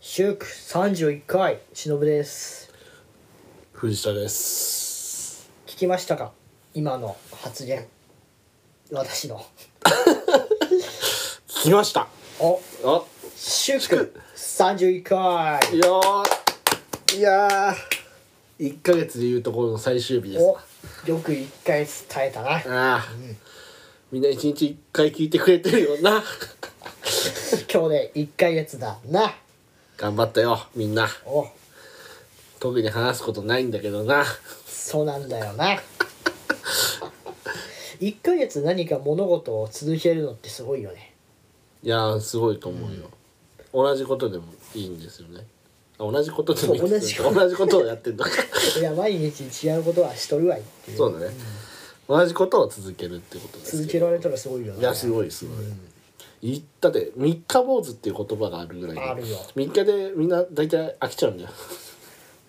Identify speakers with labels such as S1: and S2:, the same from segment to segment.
S1: 祝31回しのぶです
S2: 藤田です
S1: 聞きましたか今の発言私の
S2: 聞きました
S1: お
S2: あ
S1: 祝31回
S2: いやーいやー1ヶ月でいうところの最終日です
S1: およく1回伝えたな
S2: ああ、みんな一日1回聞いてくれてるよな
S1: 今日で1ヶ月だな
S2: 頑張ったよみんな
S1: お
S2: 特に話すことないんだけどな
S1: そうなんだよな1ヶ月何か物事を続けるのってすごいよね
S2: いやーすごいと思うよ、同じことでもいいんですよねあ同じことでもいいんですよ
S1: そう
S2: 同じことをやってんだ
S1: いや毎日違うことはしとるわいっていう
S2: そうだね、同じことを続けるってことです
S1: 続けられたらすごいよね
S2: いやすごいすごい、言ったで三日坊主っていう言葉があるぐらいで
S1: あるよ
S2: 三日でみんな大体飽きちゃうんだよ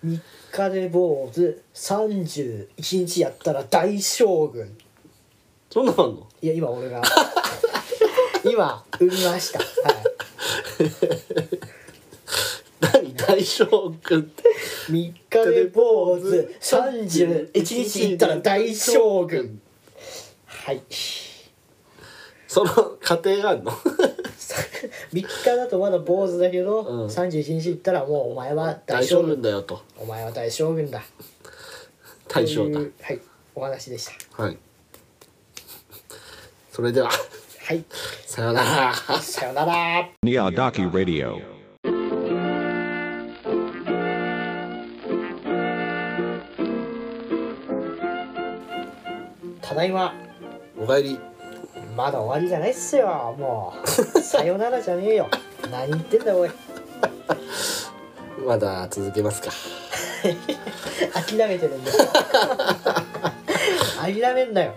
S1: 三日で坊主31日やったら大将軍
S2: そんなのあんの
S1: いや今俺 が今売りましたはい
S2: 何大将軍って
S1: 3日で坊主31日いったら大将軍はい
S2: その過程があるの
S1: 3日だとまだ坊主だけど、
S2: うん
S1: 31日いったらもうお前は
S2: 大
S1: 大
S2: 将
S1: 将
S2: 軍
S1: 軍
S2: だよと
S1: お前は大将軍だ
S2: 大将だ
S1: というはいお話でした
S2: はいそれでは
S1: はい
S2: さよなら
S1: さよなら
S3: Niyadaki Radio.
S1: 「ただいま
S2: おかえり
S1: まだ終わりじゃないっすよも うさよならじゃねえよ何言ってんだおい
S2: まだ続けますか
S1: 諦めてるんだよ諦めんなよ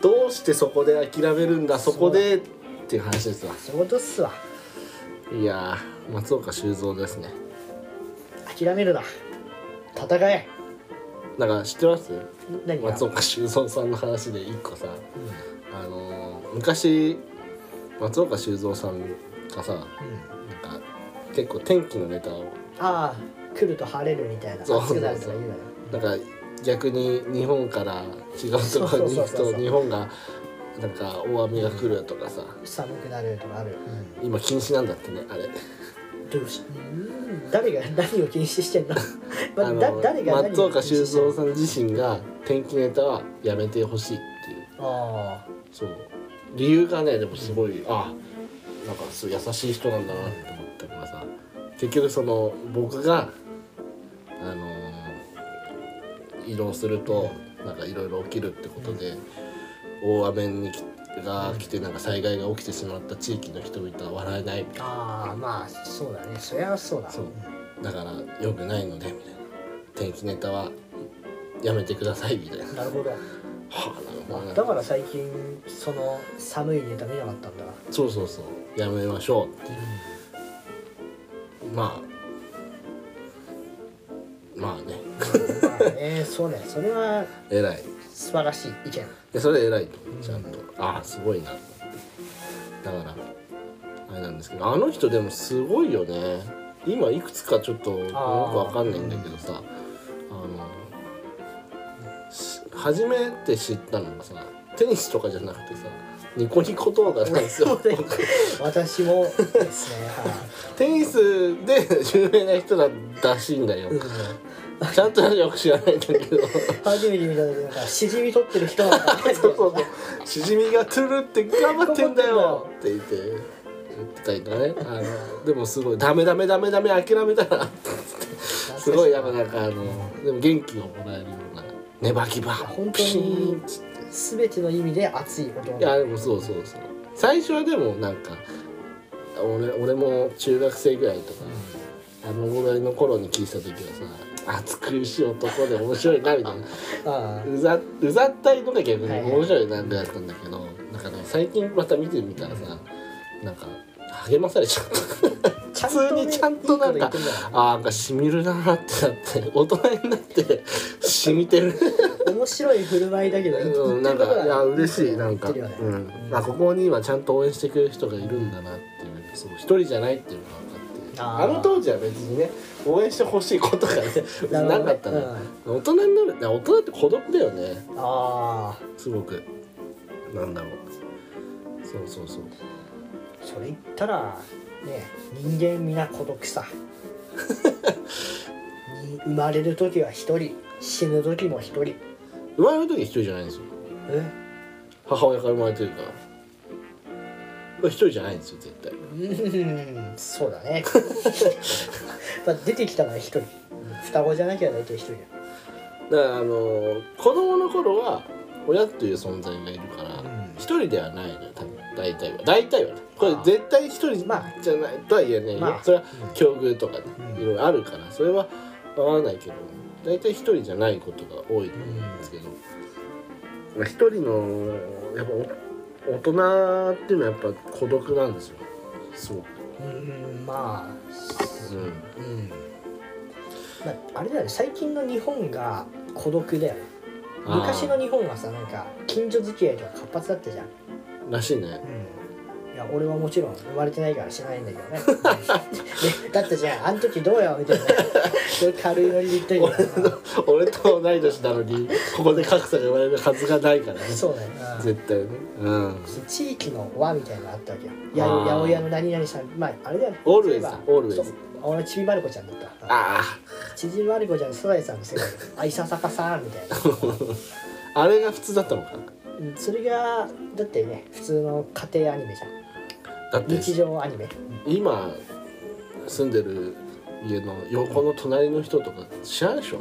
S2: どうしてそこで諦めるんだそこでっていう話ですわ
S1: そういうことっすわ
S2: いやー松岡修造ですね
S1: 諦めるな戦え
S2: なんか知ってます
S1: 何が
S2: 松岡修造さんの話で一個さ、あのー昔松岡修造さんがさなん
S1: うん
S2: か結構天気のネタを
S1: ああ来ると晴れるみたいな
S2: そう
S1: 暑くなるとか言うのよ
S2: なんか逆に日本から違うところに行く
S1: そうそうそうそう
S2: と日本がなんか大雨が来るとかさ
S1: 寒くなるとかある、う
S2: 今禁止なんだってねあれ
S1: ん、どうしうん誰が何を禁止してん の、ま
S2: あの
S1: だ誰が何を
S2: 松岡修
S1: してん
S2: 造
S1: の
S2: さん自身が天気ネタはやめてほしいっていう
S1: ああ
S2: そう理由がねでもすごい、あなんかすごい優しい人なんだなって思ったのがさ結局その僕があのー移動するとなんかいろいろ起きるってことで、大雨にきが来てなんか災害が起きてしまった地域の人々は笑えないみたいな
S1: ああまあそうだねそりゃそうだ
S2: そうだから良くないのでみたいな天気ネタはやめてくださいみたいな。
S1: なるほど
S2: はあなるほどね
S1: だから最近その寒いネタ見なかったんだな
S2: そうそうそうやめましょうっていう、まあまあね
S1: まあねそうねそれは
S2: 偉い
S1: 素晴らしい意見
S2: でそれ偉いと思うちゃんと、ああすごいなと思ってだからあれなんですけどあの人でもすごいよね今いくつかちょっとよくわかんないんだけどさあのし初めて知ったのがさテニスとかじゃなくてさニコニコ動画なんですよ
S1: 私もですねは
S2: テニスで 有名な人だらしいんだよ
S1: い、うん、
S2: ちゃんとよく知らないんだけ ど
S1: 初めて見た時なんかしじみ取ってる人なんだね
S2: そうそうそうしじみがトゥルって頑張ってんだよって言って言ってたりとかねあのでもすごいダメダメダメダメ諦めた らすごいやっぱなんかあのでも元気をもらえるような粘りば
S1: 本当
S2: ピ
S1: に
S2: シーンっつって
S1: 全ての意味で熱い男
S2: いやでもそうそうそう最初はでもなんか俺俺も中学生ぐらいとか、あのぐらいの頃に聞いた時はさ熱苦しい男で面白いなみたいな
S1: あ
S2: うざうざったいのが逆に
S1: はいはい
S2: 面白いなぐらいだったんだけど、なんかね最近また見てみたらさなんか励まされちゃった
S1: あ
S2: 普通にちゃんとなんか
S1: いいこと言ってんだ
S2: あーなんかしみるなーってなって大人になってしみてる
S1: な面白い振る舞いだけど言ってるこ
S2: う
S1: と
S2: ん、なんか
S1: が
S2: いや嬉しいなんか、
S1: 言ってるよね
S2: うん、あここに今ちゃんと応援してくれる人がいるんだなっていうそう一人じゃないっていうのが分かって
S1: あ
S2: あ
S1: ー
S2: の当時は別にね応援してほしいことがね別に
S1: なるほど
S2: な
S1: ね
S2: かったの、大人になるね大人って孤独だよね
S1: ああ
S2: すごくなんだろうそうそうそう
S1: それ言ったらね人間皆孤独さに生まれる時は一人死ぬ時も一人
S2: 生まれる時は一人じゃないんですよ
S1: え
S2: 母親から生まれてるから一人じゃないんですよ絶対
S1: うんそうだねまあ出てきたのは一人双子じゃなきゃ大体一人だ
S2: だからあのー子供の頃は親という存在がいるから
S1: うん
S2: 一、人ではないのよ多分大体は大体はねこれ
S1: ああ
S2: 絶対一人じゃ
S1: まあ
S2: ないとは言えないよ、
S1: まあ
S2: それは
S1: うん
S2: 境遇とかね
S1: うん
S2: いろいろあるからそれは分からないけど大体一人じゃないことが多いと思うんですけどまあ一、人のやっぱお大人っていうのはやっぱ孤独なんですよすごく。
S1: うんまあ
S2: うん
S1: うんまああれだよね最近の日本が孤独だよね
S2: あー
S1: 昔の日本はさなんか近所付き合いとか活発だったじゃん、
S2: らしいね
S1: いや俺はもちろん生まれてないからしないんだけどね ねだってじゃああの時どうよみたいなそれ軽いノリで言ったり
S2: 俺の俺と同い年なのにここで格差が生まれるはずがないからね
S1: そうだよな
S2: 絶対ねうん
S1: 地域の輪みたいなのあったわけよや
S2: あー
S1: 八百屋の何々さんまああれだよね
S2: オールウェイズ
S1: そういえば
S2: オールウェイズ
S1: そう俺ちびまる子ちゃんだった
S2: あ
S1: ちびまる子ちゃんのサザエさんの世界であいささかさんみたいな
S2: ああれが普通だったのか
S1: うんそれがだってね普通の家庭アニメじゃん
S2: だって
S1: 日常アニメ
S2: 今住んでる家の横の隣の人とか知らんでしょ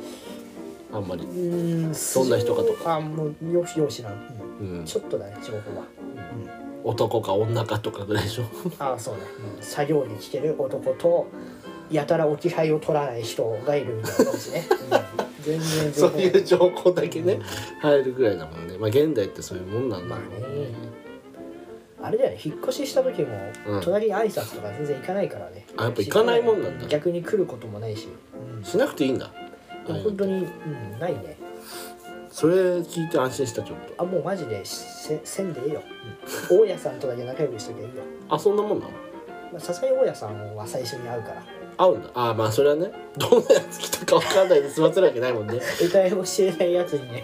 S2: あんまり
S1: う、ーんそ
S2: どんな人かとか
S1: あもうよしよしな、うん
S2: うん、
S1: ちょっとだね情報は、
S2: 男か女かとかぐらいでしょ
S1: ああそうね、うん作業に来てる男とやたら置き配を取らない人がいるみたいな感じ ね、うん全然
S2: そ
S1: 情
S2: う
S1: 報
S2: いう情報だけね入るぐらいだもんねまあ現代ってそういうもんなんだろう
S1: まあねあれだよね引っ越しした時も、
S2: うん
S1: 隣に挨拶とか全然行かないからね
S2: あやっぱ行かないもんなんだ
S1: 逆に来ることもないし、
S2: しなくていいんだ
S1: いや本当に、うん、ないね
S2: それ聞いて安心したちょっと
S1: あもうマジでせせんでいいよ、大家さんとだけ仲良くしときゃいいよ
S2: あそんなもんなの
S1: まあさすがに大家さんは最初に会うから
S2: 合うんだあまあそれはねどんなやつ来たか分かんないで済ませるわけないもんね
S1: 得体も知れないやつに ね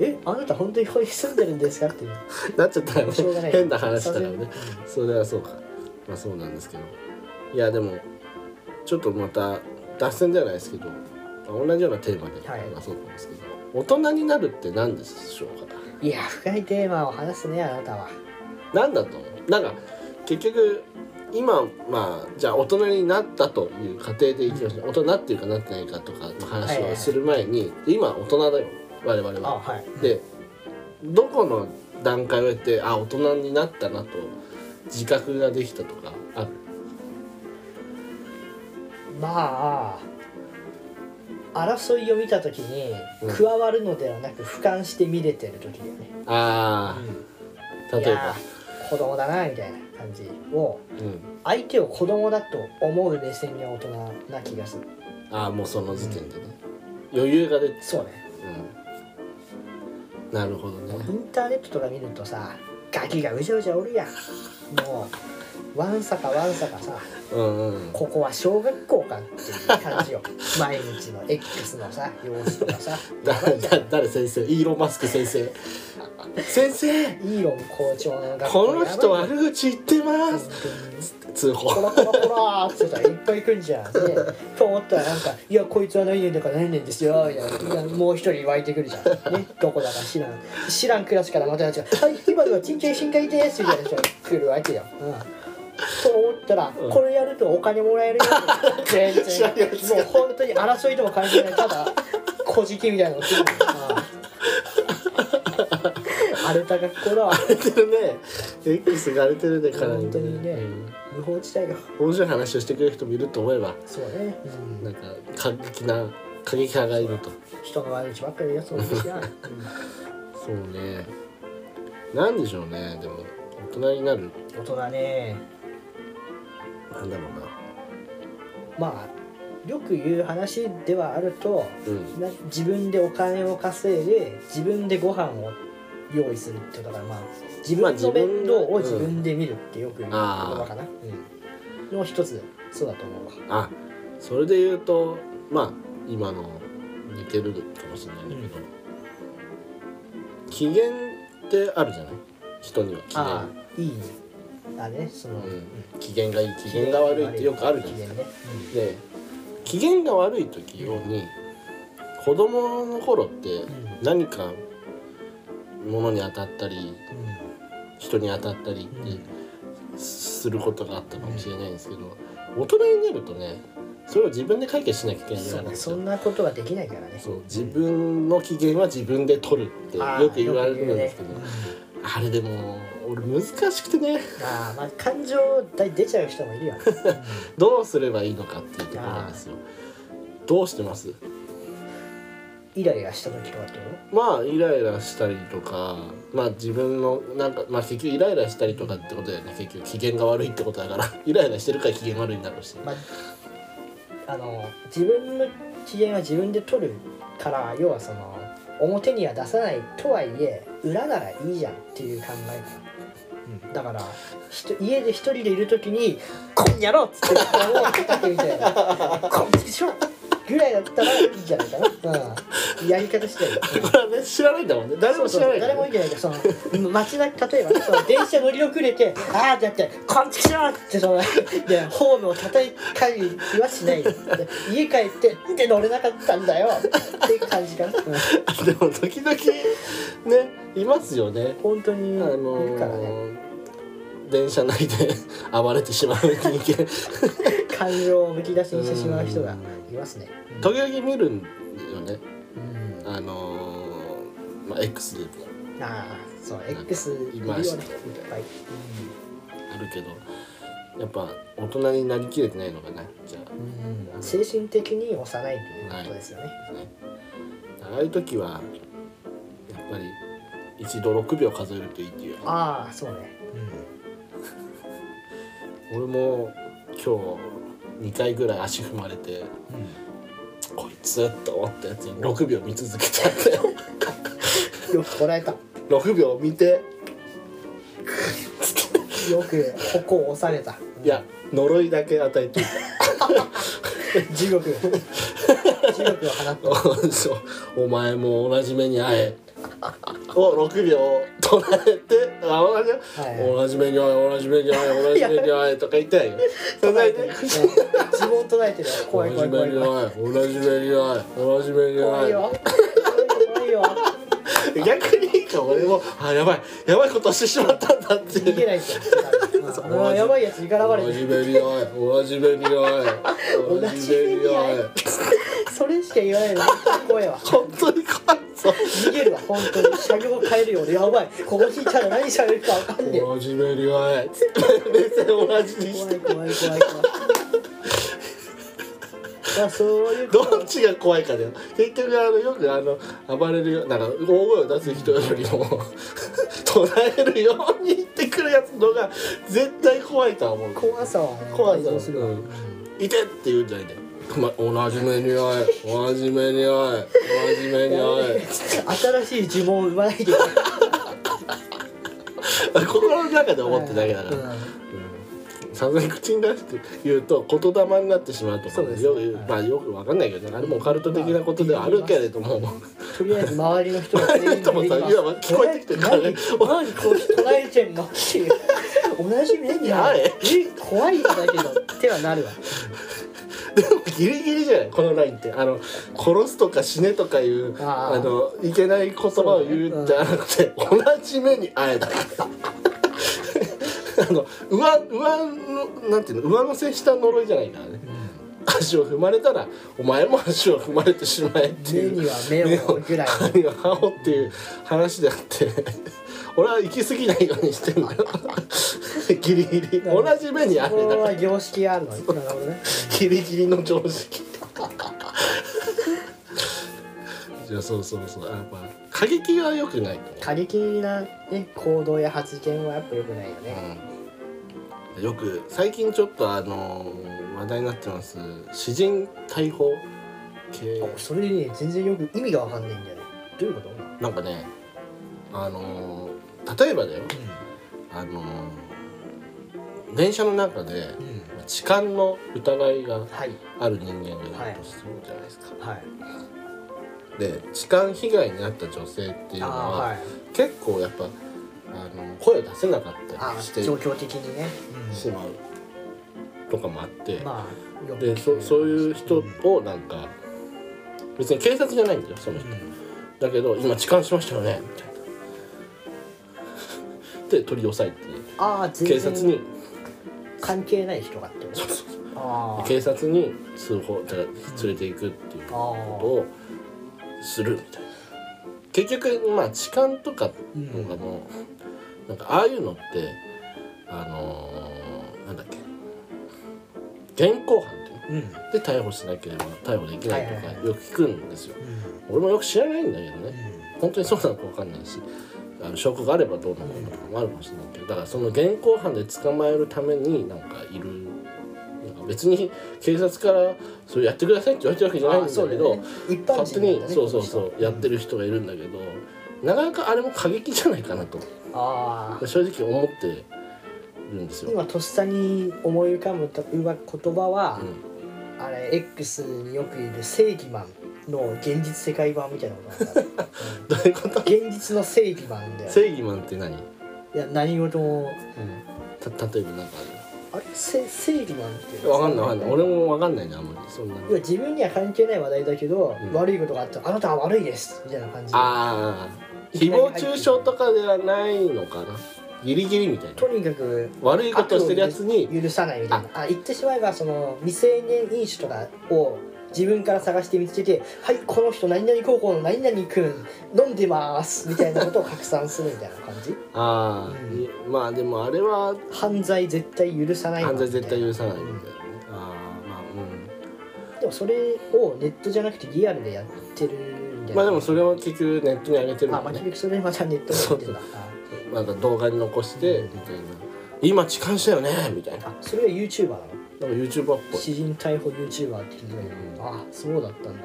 S1: えあなた本当にここに住んでるんですかっていう
S2: なっちゃったらね
S1: しょうがない
S2: 変な話だからね
S1: さすがに
S2: それはそうかまあそうなんですけどいやでもちょっとまた脱線ではないですけど、まあ同じようなテーマで
S1: はい
S2: 話そうと思うんですけど、大人になるって何でしょうか
S1: いや深いテーマを話すねあなたは
S2: 何だと思うなんか結局今まあじゃあ大人になったという過程でいきましょう大人になってるかなってないかとかの話をする前に、今大人だよ我々は。
S1: はい
S2: でどこの段階を経てあ大人になったなと自覚ができたとかあ
S1: まあ争いを見た時に
S2: うん
S1: 加わるのではなく俯瞰して見れてる時だよね、
S2: あ
S1: い
S2: ー例え
S1: や
S2: ば、
S1: ー子供だなみたいな感じを
S2: うん、
S1: 相手を子供だと思う目線が大人な気がする
S2: ああもうその時点でね、余裕が出て、
S1: そうね
S2: うん、なるほどね
S1: インターネットとか見るとさガキがうじゃうじゃおるやんもうわんさかわんさかさ
S2: うんうん
S1: ここは小学校かっていう感じ よ毎日の X のさ様子とかさ
S2: だだ誰先生イーロン・マスク先生先生
S1: イーロン校長の学校
S2: この人
S1: やばいよ
S2: 悪口言ってます
S1: 本当に
S2: 通
S1: コ
S2: 報
S1: ラコラコラーってさいっぱい来るじゃんねと思ったらなんか「いやこいつは何年だから何年ですよ」みたいなもう一人湧いてくるじゃんねどこだか知らん知らんクラスからまたやつが「はい今のはちんちゃん深海です」みたいな人が来るわけよ、うん、と思ったら、これやるとお金もらえるよ全然
S2: 知らんやつ
S1: もう本当に争いとも関係ないただ小じきみたいなの来るの うん荒れた学校だわ
S2: 荒れてるね X が荒れてるねかなり
S1: 本当にね、無法地帯が
S2: 面白い話をしてくれる人もいると思えば
S1: そうね、うん
S2: なんか過激な過激派がいると
S1: 人の悪口ばっかり言うやつもいるしなうん
S2: そうねなんでしょうねでも大人になる
S1: 大人ね
S2: なんだろうな
S1: まあよく言う話ではあると
S2: うん
S1: な自分でお金を稼いで自分でご飯を用意するってだからまあ自
S2: まあ
S1: 分
S2: 自
S1: の
S2: 分
S1: 面倒を
S2: うん
S1: 自分で見るってよく言う言葉かな、うんの一つそうだと思うわ
S2: あそれで言うとまあ今の似てるかもしれないんだけど、機嫌ってあるじゃない人には機
S1: あ
S2: 嫌、
S1: あいいねあれねその、
S2: うん、機嫌がいい機嫌が悪いってよくあるじゃ
S1: 機
S2: ない
S1: 嫌ね、
S2: で機嫌が悪い時用に子供の頃って
S1: ん
S2: 何か物に当たったり
S1: うん
S2: 人に当たったり
S1: うん
S2: ってすることがあったかもしれないんですけど大人になるとねそれを自分で解決しなきゃいけないじ
S1: そ
S2: ゃ
S1: う
S2: ない
S1: ね
S2: です
S1: そ
S2: か
S1: んなことはできないからね
S2: そう自分の機嫌は自分で取るって
S1: ああ
S2: よく言われるんですけ
S1: よ
S2: ど
S1: く言うね
S2: あれでも俺難しくてね
S1: うんああまあ感情大出ちゃう人もいるよ、ね
S2: どうすればいいのかっていうところなんですよどうしてます
S1: イライラした時とかってこ
S2: まあイライラしたりとかまあ自分のなんかまあ結局イライラしたりとかってことだよね結局機嫌が悪いってことだからイライラしてるから機嫌悪いんだろうし
S1: と、まあ、あの自分の機嫌は自分で取るから要はその表には出さないとはいえ裏ならいいじゃんっていう考え方、だからひと家で一人でいる時に「こんやろ!」っつって思うかけみたいな「こんでしょ!」ぐらいだったらいいんじゃないかな、うん、やり方次第だよ
S2: これはね知らないんだもんね誰も知らないか
S1: 誰
S2: ら
S1: もいいんじゃないかその街な例えばねその電車乗り遅れて「ああ」だって「こんちきしろ!」ってそのでホームを叩いたりはしないで家帰って「で乗れなかったんだよ」っていう感じかな、うん、
S2: でも時々ねいますよね
S1: 本当にい
S2: あ
S1: る
S2: のー
S1: からね
S2: 電車内で暴れてしまう人間
S1: 感情をむき出しにしてしまう人がいますね、
S2: 時々見るんよね
S1: うん、
S2: あのーまあ X で
S1: ああそう X いるよ
S2: 今
S1: ねい
S2: 知
S1: っ
S2: ってるみたい
S1: ぱい、
S2: あるけどやっぱ大人になりきれてないのかなじゃあ
S1: うん、精神的に幼いということですよね、
S2: ねああいう時はやっぱり一度6秒数えるといいっていう
S1: ああそうね、
S2: 俺も今日2回ぐらい足踏まれてこいつと思ったやつを6秒見続けたんだよ
S1: よくこらえた
S2: 6秒見て
S1: よく矛を押された
S2: いや呪いだけ与えてい
S1: 地獄地獄を放った
S2: た そうお前も同じ目に会えを6秒捉えてあ同じ,、
S1: はい
S2: 同じ目に会え同じ目に会え同じ目に会えとか言ったん よそれで
S1: 自分を唱えてるよ怖い怖い怖い怖い
S2: 同じ目に合い同じ目に
S1: 怖
S2: 合
S1: い
S2: い
S1: よ怖いよ
S2: 逆にいいか俺もあやばいやばいことしてしまったんだって
S1: 逃げ
S2: いう
S1: ないとまあやばいやつにからわれ
S2: 同
S1: て
S2: じ
S1: る
S2: 目に合い同じ目に合い
S1: 同
S2: 同
S1: じ
S2: じ
S1: 目
S2: 目
S1: に
S2: に
S1: 合
S2: 合
S1: い
S2: い
S1: それしか言わないの声は
S2: 本当に怖いぞ
S1: 逃げるわ本当に車両変えるよ俺やばいここ引いたら何しゃべるかわかんねえ
S2: 同じ目に合い目線同じにし
S1: 怖い
S2: て
S1: 怖い怖い怖いまあそういうこ
S2: ど
S1: と
S2: っちが怖いかだよ結局あのよくあの暴れるよなんか大声を出す人よりも 唱えるように言ってくるやつのが絶対怖いとは思う
S1: 怖さは
S2: 怖い
S1: 倍
S2: ぞ
S1: 増するわ
S2: うんいてって言うんじゃないんだよ同じ目に合い同じ目に合い同じ目に合い
S1: 新しい呪文を生まないで
S2: 心の中で思ってるだけだから、
S1: うん
S2: うんさすがに口に出して言うと言霊になってしまうとか
S1: そう
S2: も
S1: です
S2: よ
S1: はい
S2: くまあよくわかんないけどねあれもオカルト的なことではあるけれども、
S1: とりあえず周りの人が全員
S2: 人もさ 今聞こえてきてるからね
S1: 何こう捉えてんのっていう同じ目にあ
S2: はい
S1: る怖いんだけどってはなるわ
S2: でもギリギリじゃないこのラインってあの殺すとか死ねとかいう
S1: あ
S2: あ
S1: ー
S2: のいけない言葉を言うんじゃなくて、同じ目に会えた あの上上のなんていうの上乗せした呪いじゃないからね、足を踏まれたらお前も足を踏まれてしまえって
S1: 目
S2: いう
S1: には目を追うぐらい
S2: 神が覇王っていう話であって俺は行き過ぎないようにし てんだよギリギリ同じ目にあ
S1: こ
S2: れだ
S1: れ
S2: から
S1: は常識があるのなるほどね
S2: ギリギリの常識 じゃあそうそうそうやっぱ過激は良くないと
S1: 過激な、ね、行動や発言はやっぱ良くないよね
S2: ね、うん、よく最近ちょっとあのー話題になってます詩人逮捕系
S1: あそれでね全然よく意味が分かんないんだよねどういうこと
S2: なんかねあのー例えばだよあのー電車の中で
S1: うん
S2: 痴漢の疑いが
S1: はい
S2: ある人間がいるとするじゃないですか。
S1: はい
S2: で痴漢被害に遭った女性っていうの
S1: あ
S2: は、
S1: あはい
S2: 結構やっぱあの声を出せなかった
S1: あ
S2: り
S1: あ
S2: して
S1: 状況的にね、
S2: しまうとかもあって、
S1: うん、まあよく
S2: でそそういう人をなんか別に警察じゃないんだよその人、だけど今痴漢しましたよねみたいなで取り押さえて
S1: ああ全
S2: 警
S1: 然
S2: 察に
S1: 関係ない人がってこと
S2: そうそうそう
S1: ああ
S2: 警察に通報だから連れていくっていうことをするみたいな結局まあ痴漢とかのがもうなんかああいうのってあのーなんだっけ現行犯っていうの
S1: うん、うん
S2: で逮捕しなければ逮捕できないと
S1: はいはい
S2: か
S1: はい
S2: よく聞くんですよ俺もよく知らないんだけど
S1: う
S2: ね
S1: ん
S2: 本当にそうなのかわかんないしあの証拠があればどうなのかとかもあるかもしれないけどだからその現行犯で捕まえるためになんかいるなんか別に警察から「それやってください」って言われてるわけじゃないん
S1: あそう
S2: だ
S1: だ
S2: け
S1: よ
S2: ど、
S1: ね一般人
S2: 勝手
S1: なん
S2: に
S1: だね
S2: そうそうそ
S1: この
S2: う
S1: 人
S2: やってる人がいるんだけどなかなかあれも過激じゃないかなと
S1: ああ
S2: 正直思ってるんですよ。
S1: 今とっさに思い浮かぶとうわ言葉は、
S2: うん
S1: あれ X によくいる正義マンの現実世界版みたいなことなんだね
S2: どういうこと
S1: 現実の正義マンだよ
S2: 正義マンって何、
S1: いや何事も
S2: た例えばなんかある
S1: あれせ正義マンって
S2: わかんないわかんない俺もわかんないねあんまりそんな
S1: 要は自分には関係ない話題だけど、
S2: うん
S1: 悪いことがあったらあなたは悪いですみたいな感じ
S2: ああ誹謗中傷とかではないのかなギリギリみたいな
S1: とにかく
S2: 悪いことをしてるやつに
S1: 悪を許さないみたいなあ言ってしまえばその未成年飲酒とかを自分から探して見つけて「はいこの人何々高校の何々くん飲んでます」みたいなことを拡散するみたいな感じ
S2: ああ、
S1: うん
S2: いまあでもあれは
S1: 犯罪絶対許さないわ
S2: 犯罪絶対許
S1: み
S2: さない
S1: た
S2: み
S1: い
S2: たい
S1: な
S2: なねああまあう
S1: でもそれをネットじゃなくてリアルでやってるみたい
S2: ん
S1: な
S2: まあでもそれを結局ネットに上げてる
S1: あ
S2: も
S1: まあ
S2: ん
S1: 結
S2: ね
S1: 局それまたネットでやってるな
S2: なんか動画に残してみたいな今痴漢したよねみたいな
S1: あそれが YouTuber なの
S2: なんか YouTuber っぽい
S1: 詩人逮捕 YouTuber って聞いてたけ
S2: うん
S1: どあそうだったんだ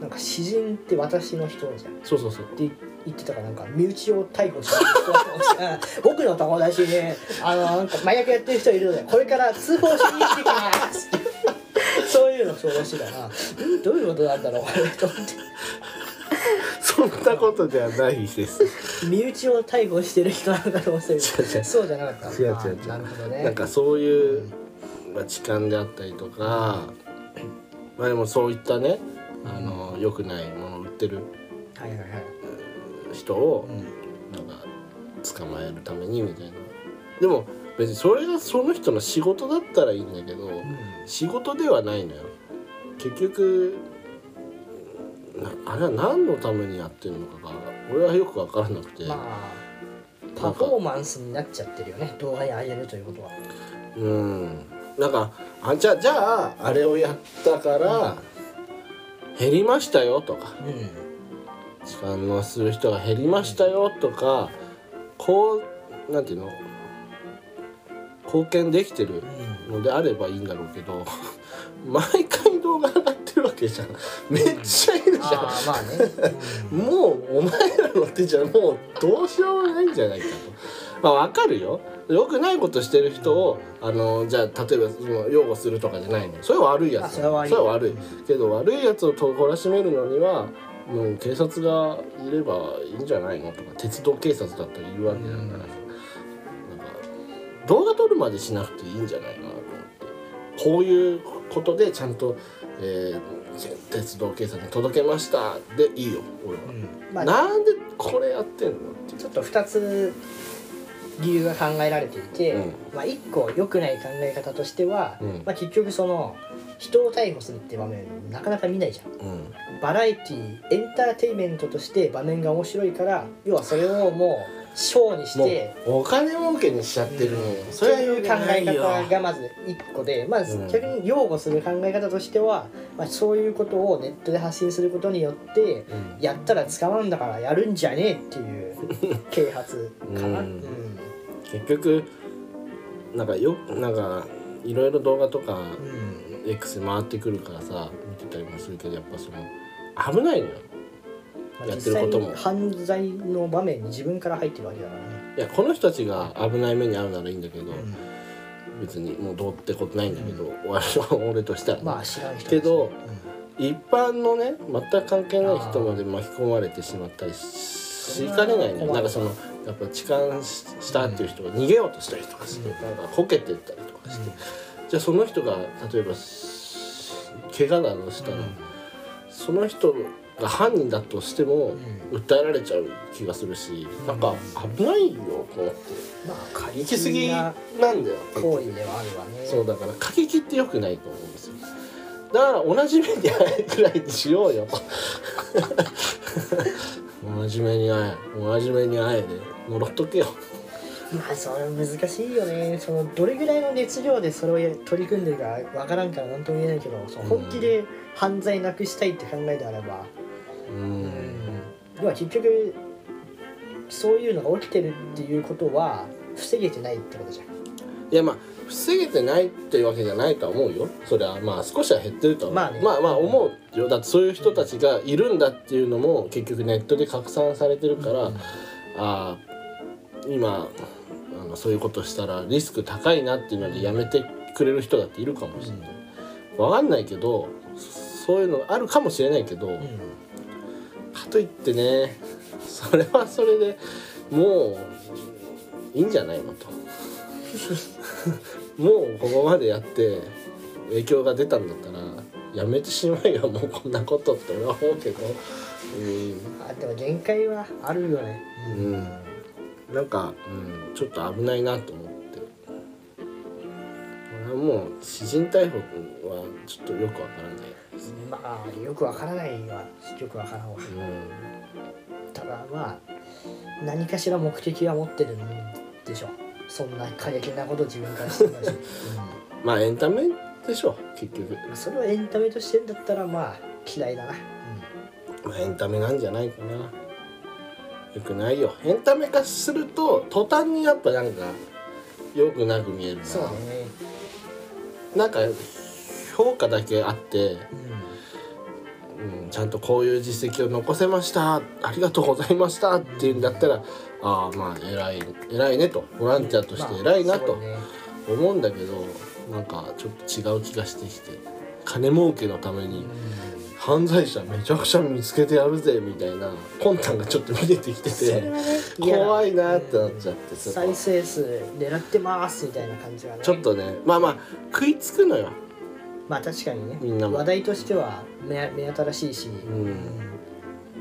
S1: なんか詩人って私の人じゃん
S2: そうそうそう
S1: って言ってたからなんか身内を逮捕した人だと思って 僕の友達ねあのなんか麻薬やってる人いるのでこれから通報しに行ってき ますそういうのそうらしいだなうんどういうことなんだろうこれと思って
S2: そんなことではない です
S1: 身内を逮捕してる人なのかと思って
S2: 違う違う
S1: たそうじゃなかった
S2: 違う違う違う
S1: あなるほどね
S2: なんかそういう、まあ、痴漢であったりとか、まあ、でもそういったねあの良くないものを売ってる
S1: はいはいはい、
S2: 人を
S1: うん
S2: なんか捕まえるためにみたいなでも別にそれがその人の仕事だったらいいんだけど仕事ではないのよ結局なあれは何のためにやってるのかが俺はよく分からなくて、
S1: まあパフォーマンスになっちゃってるよね動画に上げるということは
S2: うんなんかあじゃあじゃああれをやったから減りましたよとか
S1: うん
S2: 痴漢のする人が減りましたよとかこうなんていうの貢献できてる
S1: うん
S2: のであればいいんだろうけど毎回動画上がってるわけじゃんめっちゃいるじ
S1: あ
S2: ゃ
S1: あまあね、 うん
S2: んもうお前らの手じゃもうどうしようもないんじゃないかとまあわかるよ良くないことしてる人をあのじゃあ例えばその擁護するとかじゃないのそれは悪いや
S1: あ
S2: つ
S1: それは悪い
S2: 悪いけど悪いやつをと懲らしめるのにはもう警察がいればいいんじゃないのとか鉄道警察だったりいるわけだか
S1: う
S2: ら、
S1: ん
S2: なんか動画撮るまでしなくていいんじゃないかなと思ってこういうことでちゃんと、えー鉄道警察に届けましたでいいよ俺は、
S1: うんまあ
S2: なんでこれやってんのっていう
S1: ちょっと2つ理由が考えられていて、
S2: うん
S1: まあ、1個良くない考え方としては、
S2: うん
S1: まあ、結局その人を逮捕するって場面なかなか見ないじゃん
S2: うん
S1: バラエティエンターテインメントとして場面が面白いから要はそれをもうショーにし
S2: も
S1: て
S2: うお金儲けにしちゃってるのよ、そ
S1: そう
S2: れは
S1: いう
S2: 良く
S1: 考
S2: な
S1: え
S2: いよ
S1: 方がまず1個で、まあ、
S2: うん
S1: 逆に擁護する考え方としては、まあ、そういうことをネットで発信することによって
S2: うん
S1: やったら捕まるんだからやるんじゃねえっていう啓発かな。
S2: うん
S1: うん
S2: 結局なんかよなんかいろいろ動画とか
S1: うん
S2: X に回ってくるからさ見てたりもするけどやっぱその危ないのよ
S1: まあ
S2: やってることも
S1: 実際に犯罪の場面に自分から入ってるわけだからね、
S2: いやこの人たちが危ない目に遭うならいいんだけど、別にもうどうってことないんだけど、 俺俺としてはね、
S1: まあ知らん人ですね
S2: けど一般のね全く関係ない人まで巻き込まれてしまったりしかねない
S1: それは困
S2: ね
S1: る
S2: なんかそのやっぱ痴漢ししたっていう人が逃げようとしたりとかして、なんかこけてったりとかして、じゃあその人が例えばし怪我などしたら、その人が犯人だとしても訴えられちゃう気がするし、なんか危ないよと思って
S1: まあ過
S2: 行き過
S1: 激
S2: ぎ
S1: な
S2: なんだよ
S1: 行為ではあるわね
S2: そうだから過激って良くないと思うんですよだから同じ目に遭えくらいにしようよ同じ目に遭え同じ目に遭えで呪っとけよ
S1: まあそれは難しいよねそのどれぐらいの熱量でそれをや取り組んでるかわからんから何とも言えないけどその本気で犯罪なくしたいって考えであれば、
S2: うん
S1: 要は結局そういうのが起きてるっていうことは防げてないってことじゃん
S2: いやまあ防げてないっていうわけじゃないとは思うよそれはまあ少しは減ってるとは思う
S1: まあね
S2: まあまあ思うよだってそういう人たちがいるんだっていうのも結局ネットで拡散されてるから、ああ今あのそういうことしたらリスク高いなっていうのでやめてくれる人だっているかもしれない、わかんないけどそそういうのあるかもしれないけど、かといってねそれはそれでもういいんじゃないのともうここまでやって影響が出たんだったらやめてしまえよもうこんなことって俺は思うけどう
S1: あでも限界はあるよね
S2: ん、うん、なんか、うん、ちょっと危ないなと思って俺はもう詩人逮捕はちょっとよくわからないですね
S1: まあよくわからないはよくわからんわ
S2: うん
S1: ただまあ何かしら目的は持ってるんでしょそんな過激なこと自分からしてないし、
S2: まあエンタメでしょ結局
S1: うんそれをエンタメとしてんだったらまあ嫌いだな、
S2: まあ、エンタメなんじゃないかなよくないよエンタメ化すると途端にやっぱなんかよくなく見えるな
S1: そうだね、
S2: なんか評価だけあって、うん、ちゃんとこういう実績を残せましたありがとうございましたっていうんだったら、ああまあ偉い偉いねとボランティアとして偉いな
S1: ま
S2: と
S1: あそうね
S2: 思うんだけどなんかちょっと違う気がしてきて金儲けのために。犯罪者めちゃくちゃ見つけてやるぜみたいな魂胆がちょっと見えてきて
S1: それ
S2: て
S1: はね嫌だ
S2: 怖いなってなっちゃってそこ
S1: 再生数狙ってますみたいな感じはね
S2: ちょっとねまあまあ食いつくのよ
S1: まあ確かにね
S2: みんなも
S1: 話題としては目目新しいし、
S2: ん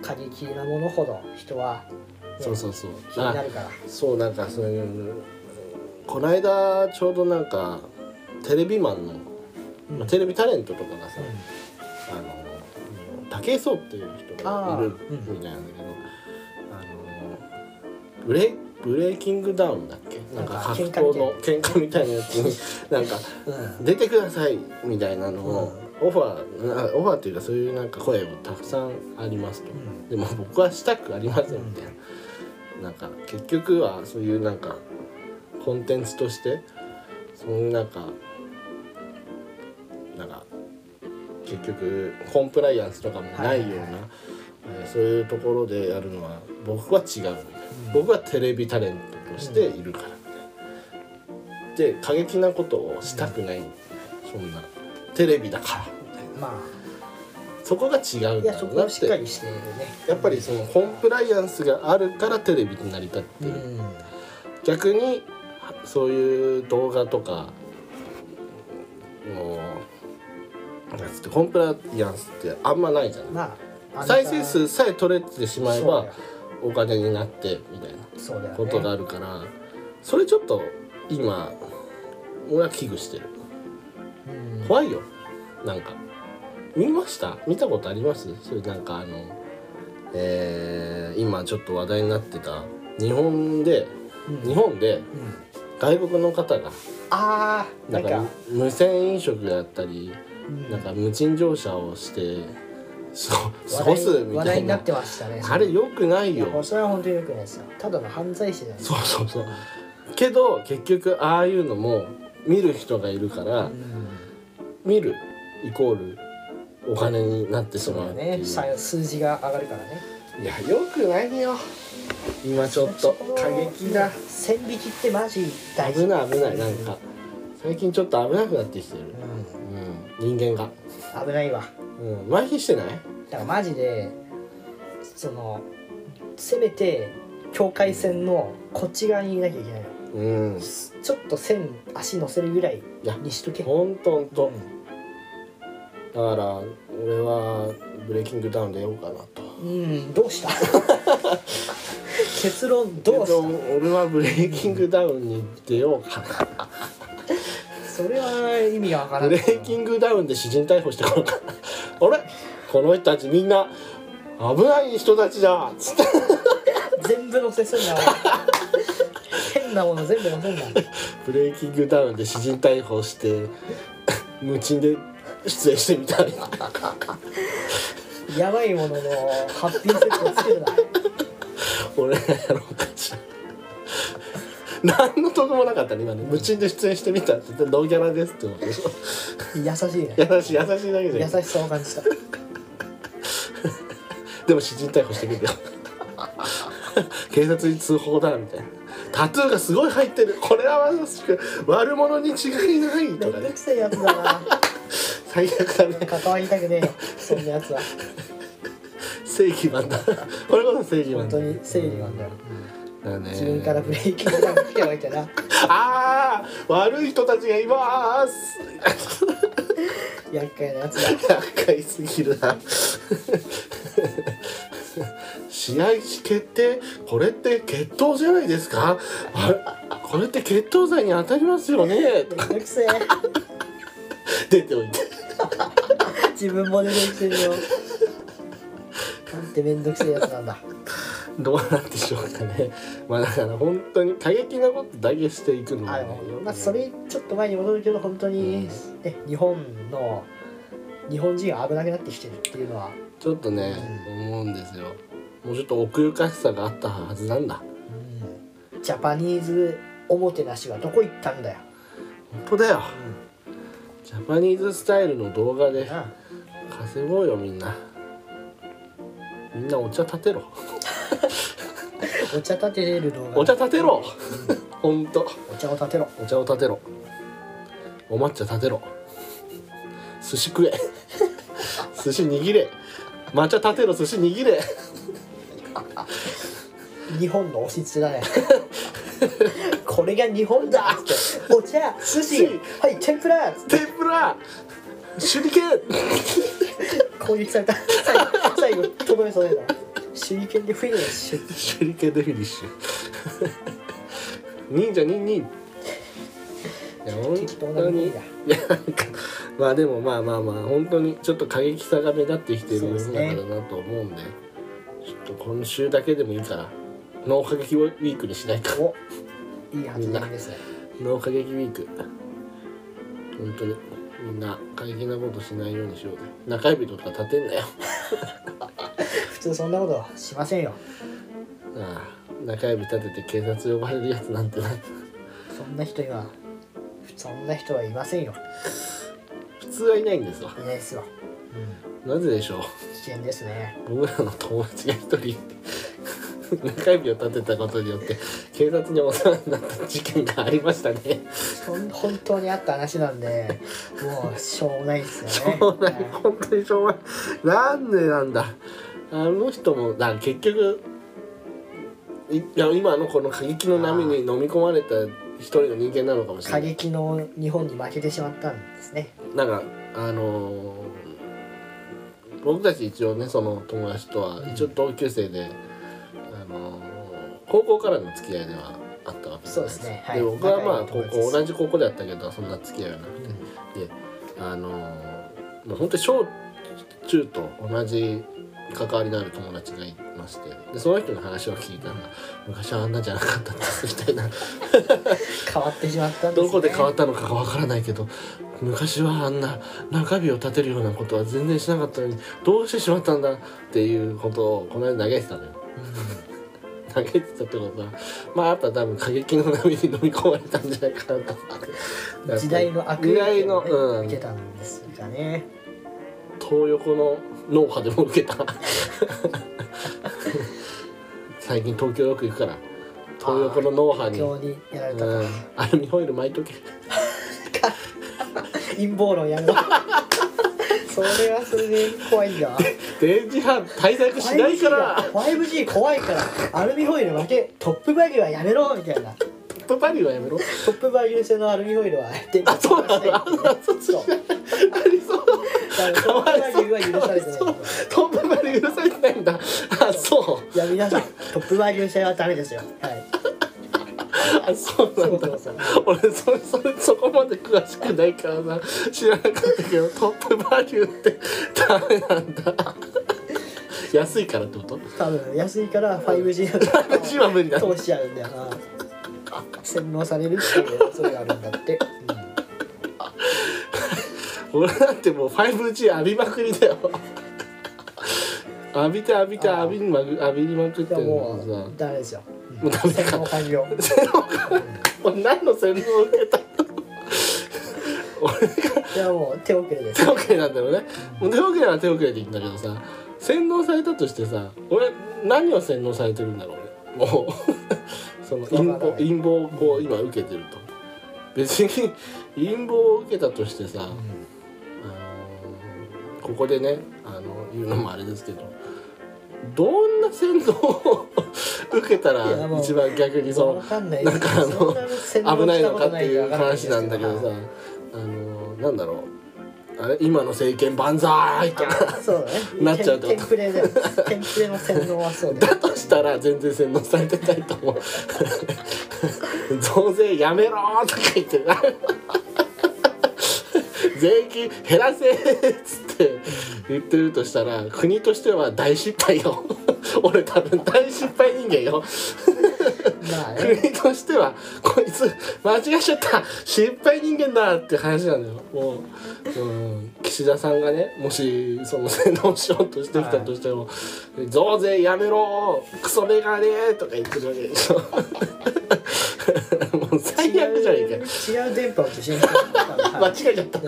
S1: 過激なものほど人は、ね
S2: そうそうそう
S1: 気にな
S2: あ
S1: るから
S2: そうなんかそういううんこないだちょうどなんかテレビマンの、まあ、テレビタレントとかがさ、あの武井壮っていう人がいるみたいなんだけどあのブレブレイキングダウンだっけなんか
S1: なんか
S2: 格闘の喧嘩みたいなやつに なんか
S1: う
S2: 出てくださいみたいなのを、オファーなオファーっていうかそういうなんか声もたくさんありますと、
S1: ん
S2: でも僕はしたくありませんみたいな、なんか結局はそういうなんかコンテンツとしてそういうなんかなんか結局コンプライアンスとかもないような、
S1: はいはいは
S2: えーそういうところでやるのは僕は違うみたいな、僕はテレビタレントとしているからみたいな。で過激なことをしたくない、そんなテレビだからみたいな
S1: ま
S2: そこが違
S1: あ
S2: うん
S1: いや
S2: だ
S1: そ
S2: ろう
S1: こ
S2: な
S1: を
S2: っ
S1: しっか
S2: て
S1: りしているね
S2: やっぱりそのコンプライアンスがあるからテレビになりたっ
S1: う
S2: てる、
S1: ん
S2: 逆にはそういう動画とかもうなんつってコンプライアンスってあんまないじゃない、
S1: まああなた
S2: 再生数さえ取れてしまえば
S1: そ
S2: お金になってみたいな
S1: そうだよね
S2: ことがあるからそれちょっと今俺は危惧してる
S1: うん
S2: 怖いよなんか見ました見たことありますそれなんかあのえー今ちょっと話題になってた日本で、
S1: うん
S2: 日本で
S1: うん
S2: 外国の方が
S1: ああな
S2: な
S1: んん
S2: か
S1: か
S2: 無銭飲食やったり、
S1: うん
S2: なんか無賃乗車をしてそ過
S1: 話
S2: ご
S1: 題
S2: すみ
S1: 話
S2: た
S1: 題
S2: い
S1: にな
S2: な
S1: ってましたね
S2: あれよくない
S1: い
S2: よ
S1: やもうそれは本当によくないですよただの犯罪者じゃない
S2: そうそうそうけど結局ああいうのも見る人がいるから、
S1: うん
S2: 見るイコールお金になってし
S1: そう
S2: ま
S1: だ
S2: うっていう
S1: ねさ数字が上がるからね
S2: いやよくないよ今ちょっと過激だ
S1: 線引きってマジ大事
S2: 危ない危ないなんか最近ちょっと危なくなってきてる、うん、人間が、
S1: うん、危ないわ
S2: うん、麻痺してない
S1: だからマジでそのせめて境界線のこっち側にいなきゃいけないの
S2: うん
S1: ちょっと線足乗せるぐらい
S2: いや
S1: にしとけ
S2: ほんとほんと、
S1: う
S2: だから俺はブレイキングダウン出ようかなと
S1: んどうした 結論どう
S2: けど
S1: し
S2: 俺はブレイキングダウンに出ようかな
S1: たそれは意味がわからな
S2: ブ
S1: い
S2: レイキングダウンで詩人逮捕してこのか あれこの人たちみんな危ない人たちだつって
S1: 全部乗せすんなおい変なもの全部乗せんな
S2: ブレイキングダウンで詩人逮捕して 無賃で出演してみたいな
S1: やばいもののハッピーセットをつけるな
S2: 俺がやろうかしら何の得もなかったね今ね無賃で出演してみたって言ってノーギャラですってことでしょ
S1: 優しいね
S2: 優しい優しいだけじゃ
S1: 優
S2: ん
S1: しさを感じた
S2: でも詩人逮捕してくるよ 警察に通報だみたいなタトゥーがすごい入ってるこれはまさしく悪者に違いない
S1: め
S2: と
S1: ん
S2: か
S1: ど
S2: ね
S1: くせえやつだな
S2: 最悪だね
S1: 関わりたくねえよそんなやつは
S2: 正義マンだ これこそ正義マ
S1: 本
S2: ン
S1: 当
S2: だ
S1: に正義なんだよ
S2: だね
S1: 自分からブレーキをかけておいてな
S2: ああ悪い人たちがいます
S1: 厄介なやつ だ
S2: 厄介すぎるな試合決定これって決闘じゃないですかあれこれって決闘罪に当たりますよね
S1: めんどくせえ
S2: 出ておいて
S1: 自分も出てきてるよなんてめんどくせえやつなんだ
S2: どうなんでしょうかねまあだから本当に過激なことだけしていくの
S1: あ
S2: が
S1: で
S2: ね
S1: も、まあ、それちょっと前に戻るけど本当に、ね、日本の日本人が危なくなってきてるっていうのは
S2: ちょっとね、思うんですよもうちょっと奥ゆかしさがあったはずなんだ
S1: ジャパニーズおもてなしはどこ行ったんだよ、
S2: 本当だよ、ジャパニーズスタイルの動画で
S1: なあ
S2: 稼ごうよみんなみんなお茶立てろ
S1: お茶立てれる動画
S2: お茶立てろ本当
S1: お茶を立てろ
S2: お茶を立てろお抹茶立てろ寿司食え寿司握れ抹茶立てろ寿司握れ
S1: 日本の押しつけだね これが日本だっつってお茶寿司
S2: 寿
S1: はい天ぷら
S2: 天ぷら手裏剣
S1: 攻撃された最後最後とどめされた手裏剣でフィニッシュ
S2: 手裏剣でフィニッシュ忍者忍忍いや本
S1: 適当な
S2: 当
S1: 忍
S2: にい
S1: 者
S2: やなんかまあでもまあまあまあ本当にちょっと過激さが目立ってきてる
S1: そう
S2: 世
S1: で
S2: の
S1: す
S2: 中
S1: ね
S2: だなと思うんでちょっと今週だけでもいいから脳過激ウィークにしないか
S1: おいい発言ですね
S2: 脳過激ウィーク本当にみんな過激なことしないようにしようね中指とか立てんなよ
S1: 普通そんなことはしませんよ
S2: ああ中指立てて警察呼ばれるやつなんてな
S1: そんな人今そんな人はいませんよ
S2: 普通はいないんですわ
S1: いないですよ、
S2: なぜでしょう
S1: 危険ですね
S2: 僕らの友達が一人中指を立てたことによって警察にお世話になった事件がありましたね
S1: ほん本当にあった話なん でもうしょうもないですよね
S2: しょうもない本当にしょうもないなんでなんだあの人もだから結局いいや今のこの過激の波に飲み込まれた一人の人間なのかもしれな
S1: 過
S2: い
S1: 激の日本に負けてしまったんですね
S2: なんかあのー僕たち一応ねその友達とは一応同級生で、あのー高校からの付き合いではあったわけ
S1: そうですねはい
S2: で僕はまあ
S1: 仲
S2: 高
S1: 良い友達です
S2: 校同じ高校であったけどそんな付き合いはなくて、であのーもう本当に小中と同じ関わりのある友達がいましてでその人の話を聞いたら「昔はあんなじゃなかったんです」みたいな
S1: 変わってしまったんです、ね、
S2: どこで変わったのかがわからないけど昔はあんな中指を立てるようなことは全然しなかったのにどうしてしまったんだっていうことをこの間投げてたのよ。投げてたってことはまああとは多分過激の波に飲み込まれたんじゃないかなと思って
S1: 時代の悪
S2: 時
S1: 影
S2: 代
S1: 響
S2: の、
S1: を
S2: う
S1: ね
S2: ん、
S1: 受け
S2: 東
S1: たんですかね、
S2: 横の脳波でも受けた最近東京よく行くから東横の脳波に
S1: 東京にやられた
S2: う
S1: と
S2: ん、アルミホイル巻いとけ
S1: か陰謀論 やめろそれはそれで怖いんだわ
S2: 電磁波対策しないから
S1: 5G が 5G 怖いからアルミホイル負けトップバリューはやめろみたいな
S2: トップバリューはやめろ
S1: トップバリュー製のアルミホイルは電
S2: あそうなんだ
S1: そうそう
S2: ありそう
S1: だからトップバリューは許されてない
S2: トップバリュー許されてないんだあそう
S1: いや皆さんトップバリュー製はダメですよはい
S2: あそうなんだ
S1: そうそう
S2: 俺それそれそこまで詳しくないからな知らなかったけどトップバリューってダメなんだ安いからってこと
S1: 多分安いから 5G なんだ
S2: 5G は無理だ
S1: 通しちゃうんだよな洗脳されるっていうそれがあるんだって、
S2: 俺なんてもう 5G 浴びまくりだよ浴びて浴びて
S1: あー
S2: 浴びにまく浴びにまく
S1: う
S2: っ
S1: ん、
S2: て
S1: で
S2: る
S1: も
S2: のに
S1: もう
S2: さ
S1: ダメですよ
S2: もうダメ
S1: 洗
S2: か
S1: 脳完了
S2: 洗脳か俺何の洗脳を受けたの俺が
S1: じゃあもう手遅れです
S2: 手遅れなんだろうねもう手遅れは手遅れでいいんだけどさ洗脳されたとしてさ俺何を洗脳されてるんだろう ねもうその陰
S1: わから
S2: 謀
S1: ない
S2: 陰謀をこう今受けてると別に陰謀を受けたとしてさ、あのーここでねあの言うのもあれですけどどんな洗脳を 受けたら
S1: いやもう
S2: 一番逆にそ
S1: わかんない
S2: なんかあのの危ないのかっていう話
S1: 話
S2: なんだけどさあのーなんだろうあれ今の政権万歳とか
S1: そうだね
S2: なっちゃうってこと
S1: テンプレだよテンプレの洗脳はそうだよ
S2: だとしたら全然洗脳されてないと思う増税やめろーとか言ってな税金減らせーっつって言ってるとしたら国としては大失敗よ俺多分大失敗人間よ
S1: まあね
S2: 国としてはこいつ間違えちゃった失敗人間だって話なのよもう、うん、岸田さんがねもしその洗脳しようとしてきたとしても「増税やめろクソメガネ!」とか言ってるわけでしょ もう 最悪じゃねえかよ
S1: 違う違う電波を受信してる
S2: 間違えちゃった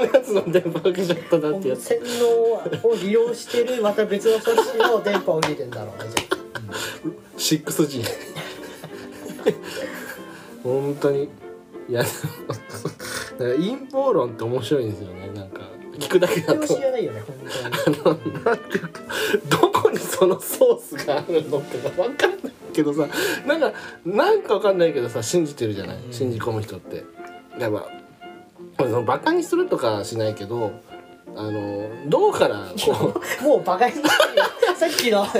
S2: 違うやつの電波受けちゃったなってやつ
S1: 洗脳を利用してるまた別の組織の電波を受けてんだろうねじゃあ
S2: 6G 本当にいやでもだから陰謀論って面白いんですよねなんか聞くだけだ
S1: それを
S2: と
S1: 知らないよね本当に
S2: あのなんていうかどこにそのソースがあるのってか分かんないけどさなんかなんか分かんないけどさ信じてるじゃない
S1: うん
S2: 信じ込む人って。やっぱそのバカにするとかはしないけどあのどうからこ う。
S1: もうバカにしてるよさっき のさ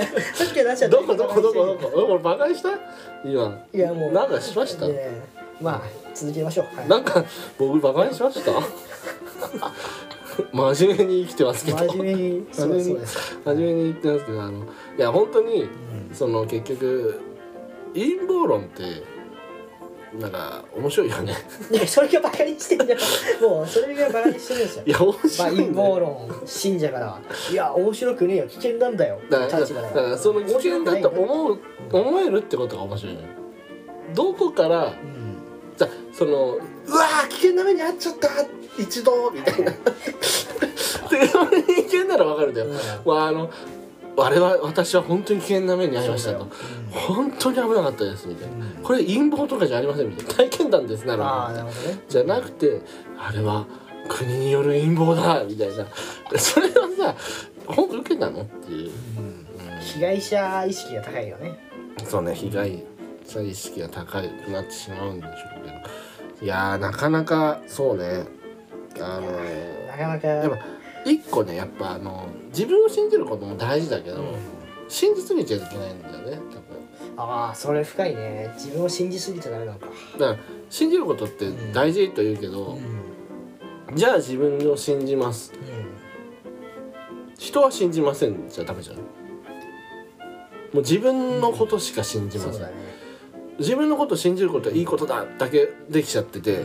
S1: っきのなっちゃった
S2: どこどこどこどこえ俺バカにした今
S1: いやもう
S2: なんかしました、
S1: でねまあ続けましょうはい
S2: なんか僕バカにしました 真面目に生きてますけど
S1: 真面目にそ
S2: 真
S1: う
S2: 面
S1: そう
S2: 目に
S1: です
S2: 真面目に言ってますけどあのいや本当にその結局陰謀論ってなんか面白いよね
S1: いやそれがバカにしてるんだよもうそれがバカにしてるんですよ
S2: いや面
S1: まあ
S2: 白い、
S1: 陰
S2: ね
S1: 謀論信者からはいや面白くねえよ危険なんだよ
S2: だからだ
S1: 立場
S2: か
S1: だ
S2: ら
S1: よ
S2: だからその危険だと思う思えるってことが面白いのよどこから
S1: うん
S2: じゃあそのうわー危険な目に遭っちゃった一度みたいなでそれに危険ならわかるんだよ、
S1: う
S2: まああのあれは私は本当に危険な目に遭いましたと、本当に危なかったですみたいな、
S1: うん
S2: これ陰謀とかじゃありませんみたいな体験談ですなら
S1: ああ
S2: みた
S1: ないる
S2: な
S1: ほどね
S2: じゃなくてあれは国による陰謀だみたいなそれはさ本当受けたのっていう、
S1: 被害者意識が高いよね
S2: そうね被害者意識が高くなってしまうんでしょうけどいやーなかなかそうねあのー
S1: なかなか
S2: でも一個ねやっぱあの自分を信じることも大事だけど、真実見ちゃいけないんだよね多分
S1: ああそれ深いね自分を信じすぎちゃダメなのか
S2: だから信じることって大事と言うけ
S1: う
S2: ど、
S1: ん
S2: じゃあ自分を信じます人は信じませんじゃダメじゃんもう自分のことしか信じ
S1: そ
S2: ませ、
S1: うんだね
S2: 自分のことを信じることはいいことだだけできちゃってて、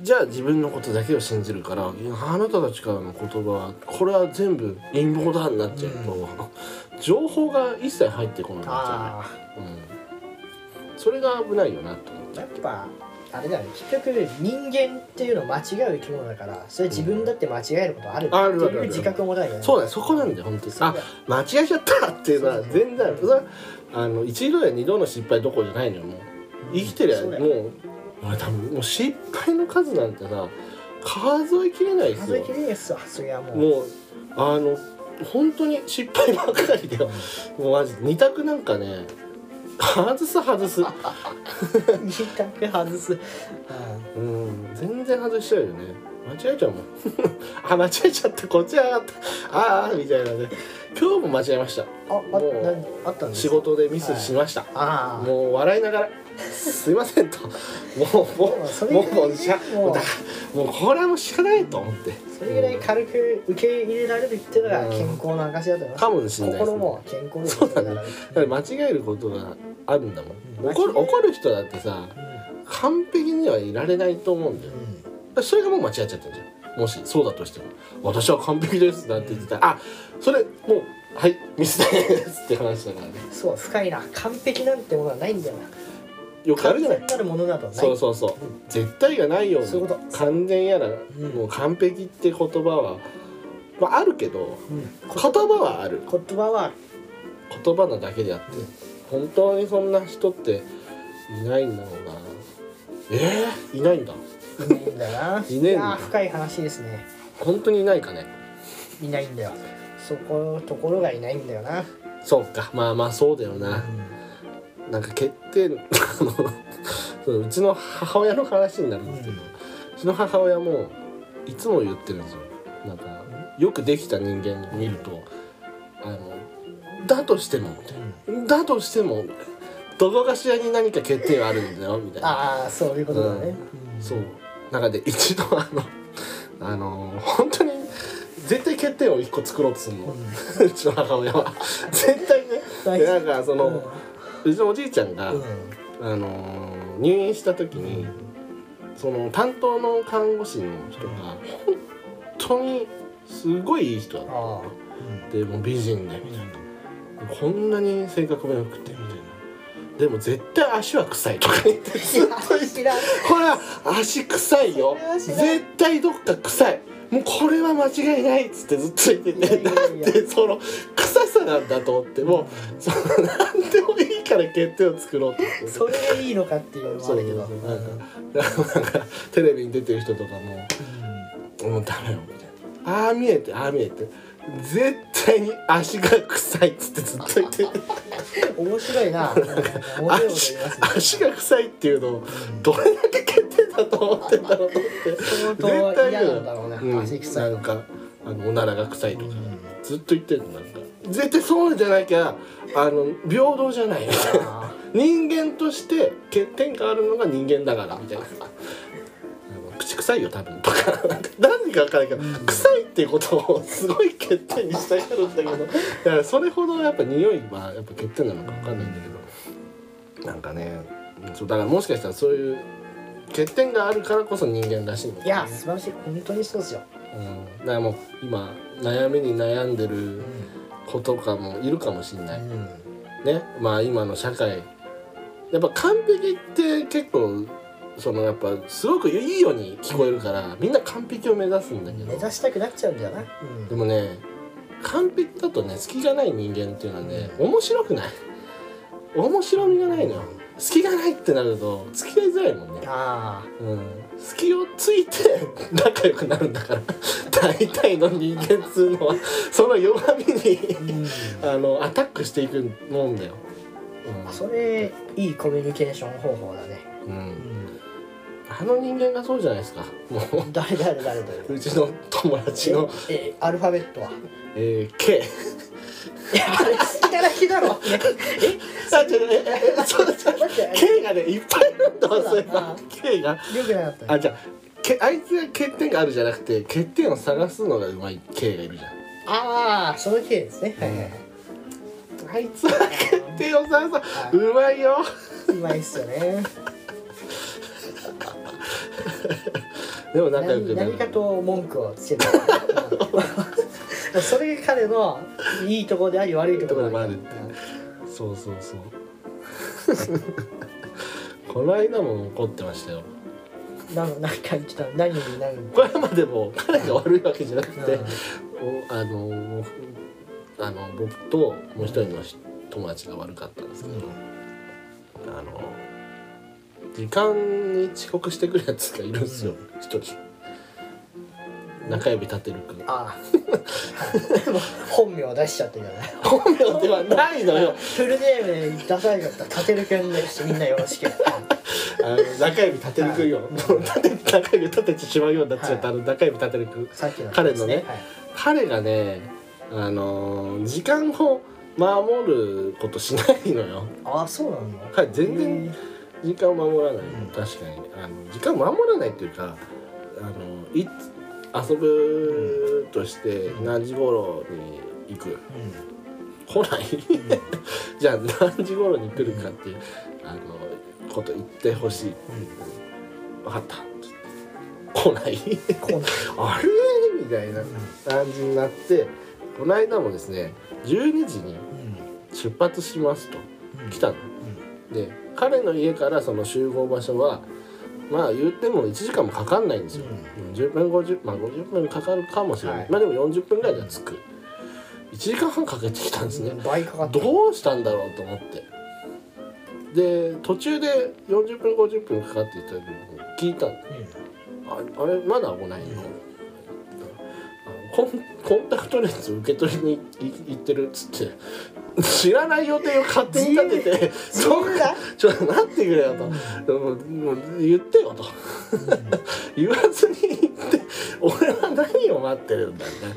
S2: じゃあ自分のことだけを信じるからいやあなたたちからの言葉はこれは全部陰謀だになっちゃうと、情報が一切入ってこなくなっ
S1: ああ
S2: ちゃう、うん、それが危ないよなと思って
S1: やっぱあれだよね結局人間っていうのを間違う生き物だからそれ自分だって間違えることあるって
S2: あるあるあ
S1: い
S2: る
S1: う自覚もないよね
S2: そうだよそこなんだよ本当にあ間違えちゃったっていうのは全然あるそれはあの一度や二度の失敗どころじゃないのよもう生きてりゃ
S1: そ
S2: も
S1: うだ
S2: う
S1: よ
S2: 俺多分もう失敗の数なんてさ数えきれないです
S1: 数え
S2: よ
S1: きれないっすわそりゃもう
S2: もうあの本当に失敗ばっかりだよもうマジで2択なんかね外す外す
S1: 二択外す、うん、
S2: うん全然外しちゃうよね間違えちゃうもん あ間違えちゃったこっち上がったああみたいなね今日も間違えました
S1: ああ
S2: もう
S1: 何あったんです
S2: 仕事でミスしました、
S1: ああ
S2: もう笑いながら「すいません」と「もうも
S1: でもそうれ
S2: も
S1: ぐ
S2: う
S1: らいね
S2: もうしゃ
S1: も
S2: も
S1: う
S2: うだもうこれはもう仕方ない」と思って
S1: それぐらい軽く受け入れられるっていうのが健康の証だと思います、
S2: かもしれないで
S1: 心
S2: すね
S1: も健康ですからね
S2: だから間違えることがあるんだもん
S1: うん
S2: 怒る
S1: 間違え
S2: 怒る人だってさ完璧にはいられないと思うんだよ
S1: うんうん
S2: それがもう間違っちゃってるじゃんもしそうだとしても「私は完璧です」なんて言ってたら「あそれもうはいミスです」って話だからね
S1: そう深いな完璧なんてものはないんだよな
S2: よくあるじゃない
S1: 完全なるものなどはない
S2: そうそうそう絶対がないよう
S1: そういう
S2: に
S1: こと
S2: 完全やら
S1: ん
S2: もう完璧って言葉は、まあ、あるけど
S1: うん
S2: 言葉はある
S1: 言葉は
S2: 言葉なだけであって本当にそんな人っていないんだろうなえー、いないんだ
S1: いないんだな
S2: いねえんだ
S1: やー深い話ですね
S2: 本当にいないかね
S1: いないんだよそこところがいないんだよな、
S2: そうかまあまあそうだよななんか決定あのそううちの 母親の話になるんですけど、う
S1: うん
S2: ちの母親もいつも言ってるんですよなんかよくできた人間見るとあのだとしてもみたいなだとしてもどこかしらに何か欠点はあるんだよみたいな
S1: ああそういうことだね、うん
S2: そう中で一度あの あの本当に絶対欠点を一個作ろうとするの、う ちの母親は絶対ねでなんかその、うちのおじいちゃんが、
S1: うん
S2: あのー入院した時に、その担当の看護師の人が本当にすごいいい人だった
S1: ああ、
S2: でもう美人でみたいなこんなに性格も良くてみたいなでも絶対足は臭いとか言ってずっと言って
S1: 知らん
S2: これは足臭いよ
S1: それは知らん
S2: 絶対どっか臭いもうこれは間違いないっつってずっと言ってて
S1: いや
S2: ない
S1: やい
S2: ん
S1: や
S2: でその臭さなんだと思ってもうその何でもいいから決定を作ろうって言って
S1: それでいいのかっていうのもあるけど
S2: そううんそうそうなんかなんかテレビに出てる人とかも「もうダメよ」みたいな「ああ見えてああ見えて絶対に足が臭い」っつってずっと 言ってて。
S1: 面白いな面白いこと言います
S2: 足
S1: ね
S2: 足が臭いっていうのをどれだけ欠点だと思ってんだろうと思って
S1: 相当
S2: 絶対
S1: 嫌なんだろうね
S2: ん
S1: 足臭い
S2: なんかあのおならが臭いとか、ずっと言ってるのなんか絶対そうじゃなきゃあの平等じゃないみたいな
S1: あ
S2: 人間として欠点があるのが人間だからみたいな。あの口臭いよ多分とか なんか何か分からないけど、臭いっていうことをすごい欠点にしたがるんだけどだからそれほどやっぱ匂いはやっぱ欠点なのか分かんないんだけどなんかねそうだからもしかしたらそういう欠点があるからこそ人間らしいの
S1: ー
S2: かない
S1: や素晴らしい本当にそうですよ
S2: うん、だからもう今悩みに悩んでる子とかもいるかもしれない、ねまあ今の社会やっぱ完璧って結構そのやっぱすごくいいように聞こえるからみんな完璧を目指すんだけ
S1: 目
S2: ど
S1: 指したくなっちゃうんだよな
S2: でもね完璧だとね隙がない人間っていうのはね面白くない面白みがないのよ隙がないってなると付き合いづらいもんね
S1: あ
S2: うん、隙をついて仲良くなるんだから 大体の人間っつうのはその弱みに
S1: あうん
S2: あのアタックしていくもんだよ、
S1: それいいコミュニケーション方法だね
S2: うんうん、あの人間がそうじゃないですかも
S1: 誰誰誰誰
S2: ううちの友達 の、
S1: ええアルファベットは
S2: えー、K
S1: いやあれ働きだろね
S2: あちょっとえええそうそう
S1: 待って
S2: K がねいっぱいいるんだわそういえ
S1: あ
S2: ば K が
S1: よくなかったね
S2: あじゃあけあいつが欠点があるじゃなくて欠点を探すのがうまい K がいるじゃん
S1: ああその系ですねはいはいはい
S2: あいつは欠点を探すのうまいよ
S1: うまいっすよね
S2: でも仲良
S1: 何
S2: くなる
S1: 何かと文句をつけてうんそれが彼のいいところであり悪いところであ
S2: い
S1: り
S2: いところもそうそうそう この間も怒ってましたよ
S1: 何何か言ってた何より何よ
S2: これまでも彼が悪いわけじゃなくて、
S1: うん
S2: おあのあの僕ともう一人のし友達が悪かったんですけど、あの時間に遅刻してくるやつがいるんですよ一、人中指立てるくん
S1: ああ もう本名出しちゃってるよね
S2: 本名ではないのよ
S1: フルネームで出さなかったら立てるくんですみんなよろしく
S2: あの中指立てるくんよ、立て 中指立ててしまうようになっちゃった、あの中指立てるくん
S1: さっきの
S2: 彼のね
S1: ですはい
S2: 彼がねあのー時間を守ることしないのよ
S1: ああそうなんだ
S2: はい全然
S1: へ
S2: 時間を守らない、
S1: うん
S2: 確かにあの時間を守らないっていうかあのいつ遊ぶとして
S1: うん
S2: 何時頃に行く
S1: えうん
S2: 来ない じゃあ何時頃に来るかっていうあのこと言ってほしい分かった来ない
S1: こうな
S2: あれ みたいな感じになってこの間もですね12時に
S1: うん
S2: 出発しますと
S1: うん
S2: 来たの
S1: う
S2: で彼の家からその集合場所はまあ言っても1時間もかかんないんですよ、10分50まあ50分かかるかもしれない、
S1: はい
S2: まあでも40分ぐらいでは着く1時間半かけてきたんですね、
S1: ん倍かかった
S2: どうしたんだろうと思ってで途中で40分50分かかっていた時に聞いたの
S1: うん
S2: ああれまだ来ないの、あコンコンタクトレンズ受け取りにい行ってるっつって知らない予定を勝手に立てて
S1: そんな
S2: ちょっと待ってくれよと、もうもう言ってよと言わずに言って俺は何を待ってるんだみたいな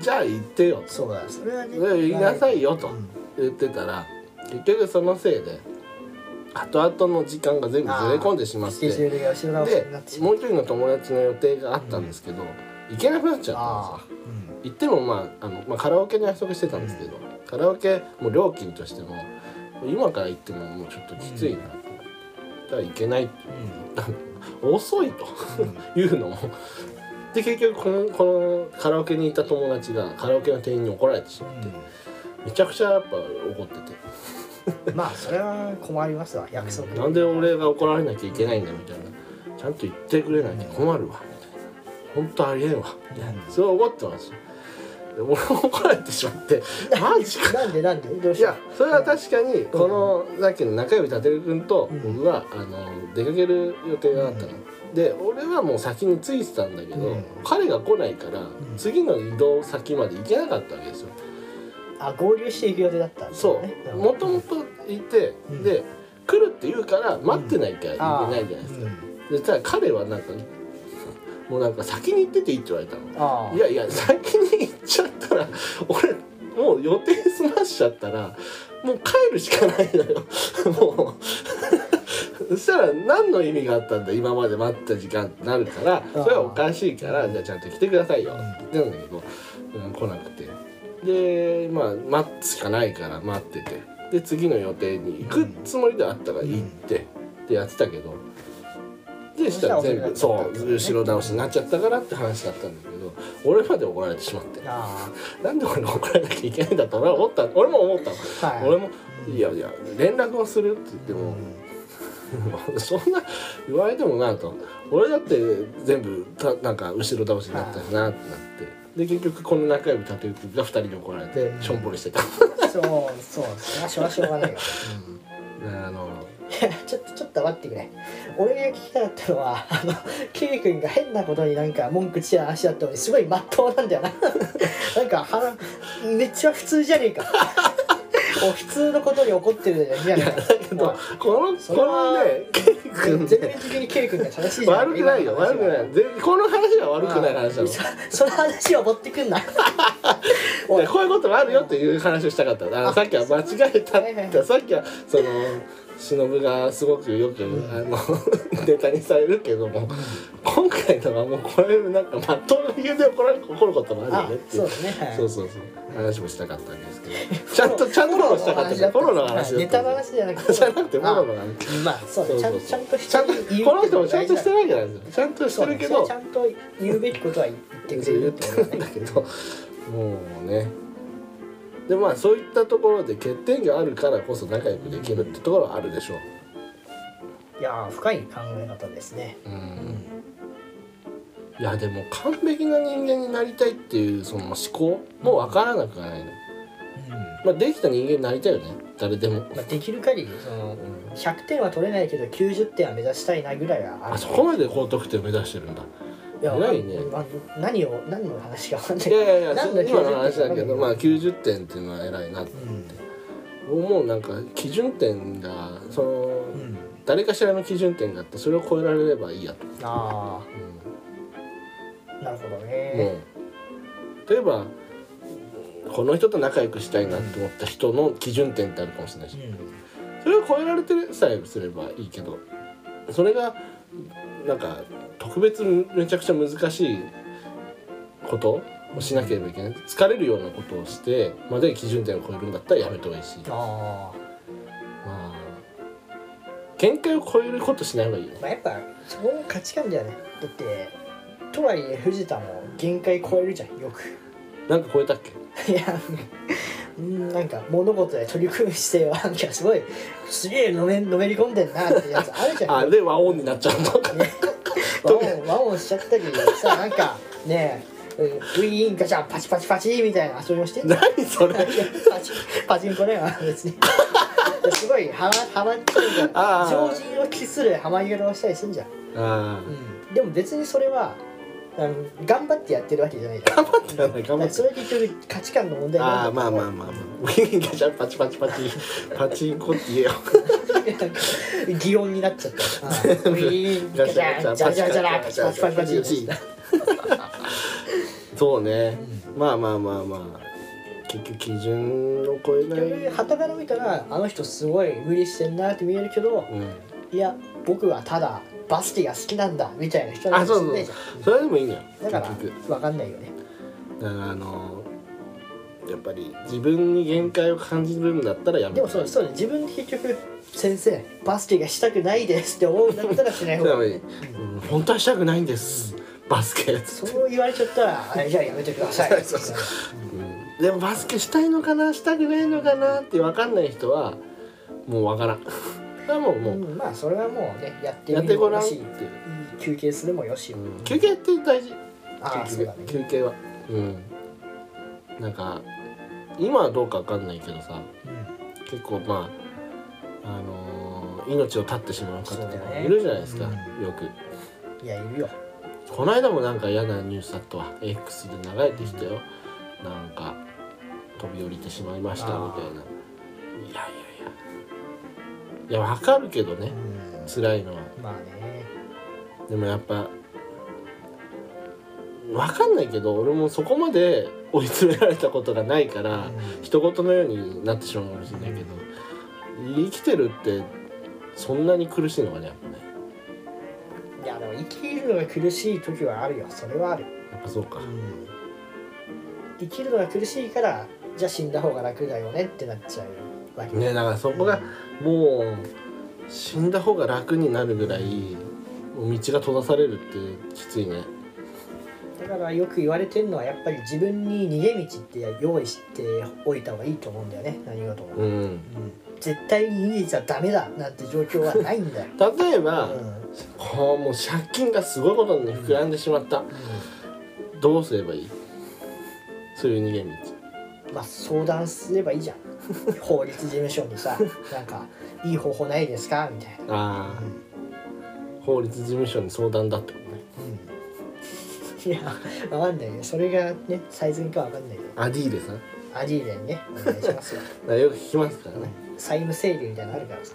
S2: じゃあ言ってよ
S1: そうだそれはね
S2: と言いなさいよと
S1: うん
S2: 言ってたら結局そのせいで後々の時間が全部ずれ込んでしまっ
S1: スケ
S2: て
S1: ジュールが後ろ倒し
S2: で
S1: になってしま
S2: も
S1: う
S2: う一人の友達の予定があったんですけど、行けなくなっちゃったん
S1: あ
S2: です
S1: あ
S2: よ行ってもまああの、まあ、カラオケに約束してたんですけど、カラオケもう料金としても今から行ってももうちょっときついな、だから行けないって
S1: うん
S2: 言ったの遅いというのもで結局このこのカラオケにいた友達がカラオケの店員に怒られてしまうめちゃくちゃやっぱ怒ってて
S1: うんまあそれは困りますわ約束
S2: なんで俺が怒られなきゃいけないんだみたいなちゃんと言ってくれなきゃ困るわみたいな本当ありえんわみたいなそれは思ってますで俺も怒られてしまってマジか
S1: なんでなんでどう
S2: い
S1: した
S2: やそれは確かにこのさっきの中指立てる君と
S1: うん
S2: 僕はあの出かける予定があったので俺はもう先に着いてたんだけ
S1: う
S2: ど
S1: ん
S2: 彼が来ないから
S1: ん
S2: 次の移動先まで行けなかったわけですよ
S1: あ合流していく予定だったんだね
S2: そう
S1: うん
S2: もともといて
S1: うん
S2: で来るって言うから待ってないから行けないじゃないですか
S1: うん
S2: でただ彼はなんかもうなんか先に行ってていいって言われたの
S1: ああ
S2: いやいや先に行っちゃったら俺もう予定済ましちゃったらもう帰るしかないのよもうそしたら何の意味があったんだ今まで待った時間ってなるからそれはおかしいからじゃあちゃんと来てくださいよって言ってたんだけど、うん、来なくてでまあ待つしかないから待っててで次の予定に行くつもりであったから行って、でやってたけどでしたら全部
S1: そ
S2: そ
S1: したら遅く
S2: う
S1: なっちゃった
S2: う後ろ倒しになっちゃったからって話だったんだけど俺まで怒られてしまって
S1: あ
S2: なんで俺が怒られなきゃいけないんだと俺は思った俺も思ったの、
S1: あはい
S2: 俺も「いやいや連絡をする」って言っても、 そんな言われてもなと俺だって全部たなんか後ろ倒しになったしなってなってで結局この中指立てる時が2人に怒られてしょんぼりし てた、
S1: そうそうそれはしょうがないよ、
S2: あの
S1: ちょっとちょっと待ってくれ俺が聞きたかったのはあのキリ君が変なことになんか文句ちらしだったのにすごい真っ当なんだよな なんかはめっちゃ普通じゃねえか お普通のことに怒ってるじゃねえか
S2: だけどこの
S1: そ
S2: こ
S1: れは
S2: のねケイ君
S1: 全面
S2: ね
S1: 的にキリ君が正しいじゃん
S2: 悪くないよ
S1: 今の話
S2: 悪く
S1: は
S2: ない全この話は悪くない話だろ
S1: そその話を持ってくんなお
S2: で
S1: い
S2: こういうこともあるよっていう話をしたかったあのさっきは間違えたっ
S1: はいはい
S2: てさっきはその忍がすごくよくあの ネタにされるけども今回のはもうこれなんかまっとうな理由で怒られ怒ることもあるよ
S1: あ
S2: ねってい
S1: そう
S2: う
S1: ですねはい
S2: そうそうそう話もしたかったんですけどちゃんとちゃんとフォローしたかったけどフォローの話だ
S1: ネ
S2: っ
S1: タ
S2: た
S1: の話じゃなくて
S2: じゃなくてフォローの話
S1: まあそう
S2: そ
S1: ね
S2: う
S1: ち
S2: そ
S1: ゃ
S2: うん
S1: ちゃ
S2: そう
S1: んとし
S2: ちゃんとこの人もちゃんとして
S1: る
S2: ないじゃないですかちゃんとしてるけど
S1: ちゃんと言うべきことは言ってく
S2: そ
S1: れ
S2: う
S1: る
S2: 言ってるんだけどもうねでまあそういったところで欠点があるからこそ仲良くできるってところはあるでしょ う
S1: いやー深い考え方ですね
S2: うんいやでも完璧な人間になりたいっていうその思考もわからなくはないの、まあ、できた人間になりたいよね誰でも
S1: まあ、できる限りその
S2: ん
S1: 100点は取れないけど90点は目指したいなぐらいはあ
S2: あ
S1: る
S2: そこまで高得点を目指してるんだ
S1: いや
S2: 偉いね
S1: まあ、何を何の話が分かんない
S2: いやいやいや
S1: 何
S2: そ
S1: の
S2: 今
S1: 90点
S2: の話だけどまあ
S1: うん
S2: 90点っていうのは偉いなって思うなんか基準点がその
S1: うん
S2: 誰かしらの基準点があってそれを超えられればいいやと、
S1: あ
S2: う
S1: あなるほど
S2: んも
S1: ね
S2: う例えばこの人と仲良くしたいなって思った人の基準点ってあるかもしれないし
S1: うん
S2: それを超えられてさえすればいいけどそれがなんか特別めちゃくちゃ難しいことをしなければいけない疲れるようなことをしてまで基準点を超えるんだったらやめた方がいいしま
S1: あ
S2: あ限界を超えることしない方がいいよ
S1: あまあやっぱそこの価値観だよねだってとはいえ藤田も限界超えるじゃんよく
S2: なんか超えたっけ
S1: いやうんなんか物事で取り組む姿勢はなんかすごいすげえのめのめり込んでんなってやつあるじゃん
S2: あで和音になっち ゃうの
S1: ワンオンワンオンしちゃったりさなんかねえうんウィーンガチャンパチパチパチみたいな遊びをしてんの
S2: 何それ
S1: パチパチンコだよ別に すごいハマハマってるから
S2: ああ
S1: 常人を期するハマり方をしたりするじゃん、
S2: あー
S1: うん、でも別にそれはあの頑張ってやってるわけじゃないじゃん
S2: 頑張ってやんない
S1: だか
S2: 頑張っ
S1: ら
S2: て
S1: それ結局価値観の問題
S2: ああ
S1: んだ
S2: まあまあまあまあウィンガチャンパチパチパチパチンコって言えよ
S1: 擬音になっちゃったああウィーンガチャンジャラジャラジャラパチパチパチパチ
S2: そうね、まあまあまあまあ結局基準を超えない、う
S1: はたから見たらあの人すごい無理してんなって見えるけど
S2: ん、
S1: いや僕はただバスケが好きなんだみたいな人な
S2: あ
S1: んで
S2: そう
S1: す
S2: そう
S1: ね
S2: それでもいいのよ
S1: だ
S2: 結
S1: から
S2: 局
S1: 分かんないよね
S2: だからあのやっぱり自分に限界を感じるんだったらやめ
S1: でもそうそうね自分で結局先生バスケがしたくないですって思うんだったらしない
S2: そ
S1: 方
S2: れは
S1: が
S2: いい、うん、本当はしたくないんですバスケ、
S1: そう言われちゃったらあじゃあやめてください
S2: そうそううん、でもバスケしたいのかなしたくないのかなって分かんない人はもう分からん それはもうもう、
S1: うんまあそれはもうねやって
S2: や
S1: み
S2: って
S1: る
S2: ご
S1: も
S2: らん
S1: よ
S2: って
S1: し
S2: いう、
S1: 休憩するもよし、
S2: うん休憩って大事
S1: ああそう
S2: 結
S1: だ
S2: 局
S1: ね
S2: 休憩はうんなんか今はどうかわかんないけどさ
S1: うん
S2: 結構まああのー命を絶ってしまう方と
S1: そうだ
S2: か
S1: ね
S2: いるじゃないですか、
S1: う
S2: よく
S1: いやいるよ
S2: この間もなんか嫌なニュースだったわ X で流れてきたよなんか飛び降りてしまいましたみ
S1: あー
S2: たいないやいやいやいやわかるけどね
S1: うん
S2: 辛いのは
S1: まあね
S2: でもやっぱ分かんないけど俺もそこまで追い詰められたことがないから人事のようになってしまうかもしれないけど生きてるってそんなに苦しいのかねやっぱね
S1: いやでも生きるのが苦しい時はあるよそれはある
S2: やっぱそうか
S1: 生きるのが苦しいからじゃあ死んだ方が楽だよねってなっちゃうわけ
S2: ねだからそこがもう死んだ方が楽になるぐらいもう道が閉ざされるってきついね
S1: だからよく言われてるのはやっぱり自分に逃げ道って用意しておいた方がいいと思うんだよね何事も、
S2: うん
S1: 絶対に逃げちゃダメだなんて状況はないんだよ
S2: 例え
S1: う
S2: ば、
S1: ん、
S2: こうもう借金がすごいことに膨らんでしまったどうすればいいそういう逃げ道
S1: まあ相談すればい いじゃん法律事務所にさなんかいい方法ないですかみたいな、
S2: ああ、法律事務所に相談だってことね
S1: いやわかんないよそれがね最善かわかんないけど
S2: アディーレさんだか
S1: アディーレにねお願いし ますよ
S2: らよく聞きますからね
S1: 債務整理みたいなのあるからさ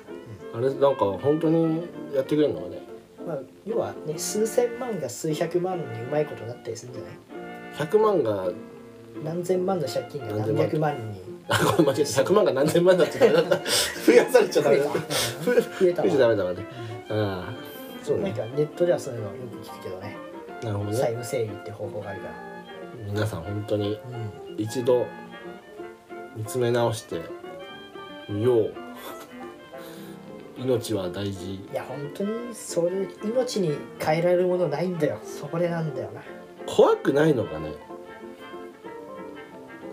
S2: あれなんか本当にやってくれるのかね
S1: まあ、要はね数千万が数百万にうまいことになったりするんじゃない
S2: 100万が
S1: 何千万の借金が何百万に
S2: あごめん間違えた100万が何千万だってダメだった増やされちゃ
S1: 増
S2: ダ
S1: え
S2: メ
S1: た
S2: だ増
S1: うん増えた
S2: えちゃダ
S1: わ
S2: メだわねああそう
S1: なん
S2: ね
S1: かネットではそういうのよく聞くけどね
S2: なるほど
S1: 債
S2: ね
S1: 務整理って方法があるから、
S2: 皆さん本当に一度見つめ直してみよう 命は大事
S1: いや本当にそれ命に変えられるものないんだよそれなんだよな
S2: 怖くないのかね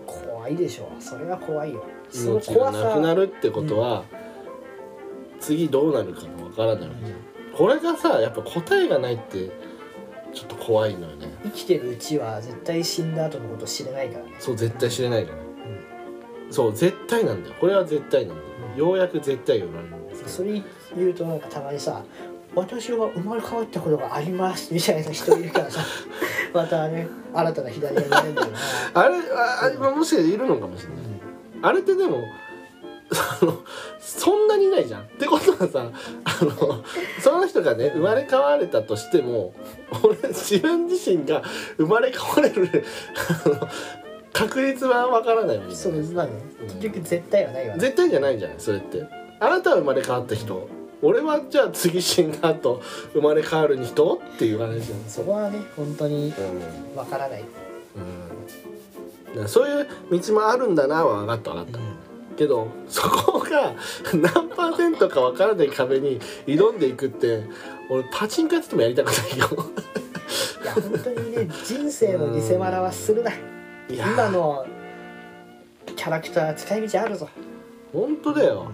S1: 怖いでしょそれは怖いよその
S2: 命が
S1: 怖
S2: な
S1: さ
S2: くなるってことは、次どうなるかがわからないわけじゃんこれがさやっぱ答えがないってちょっと怖いのよね
S1: 生きてるうちは絶対死んだ後のこと知れないからね
S2: そう絶対知れないじゃない、
S1: ん
S2: そう絶対なんだよこれは絶対なんだよようやく絶対が生まれるんですけど
S1: それ言うとなんかたまにさ「私は生まれ変わったことがあります」みたいな人いる からさまたね新たな左が見えるんだよな
S2: あれああれまあもしかしているのかもしれない、あれってでもあのそんなにいないじゃんってことはさあのその人がね生まれ変われたとしても俺自分自身が生まれ変われるあの確率はわからないわけじゃ
S1: そ
S2: な
S1: う
S2: い
S1: まあね結局絶対はないわね
S2: 絶対じゃないじゃないそれってあなたは生まれ変わった人俺はじゃあ次死んだ後生まれ変わる人っていう話じゃん
S1: そこはね本当に
S2: うん
S1: わからない、
S2: うん、だからそういう道もあるんだなは分かった分かった、けどそこが 何パーセントか分からない壁に挑んでいくって俺パチンコやっててもやりたくないよ
S1: いや本当にね人生の偽マラはするな、
S2: いや
S1: 今のキャラクター使い道あるぞ
S2: 本当だよ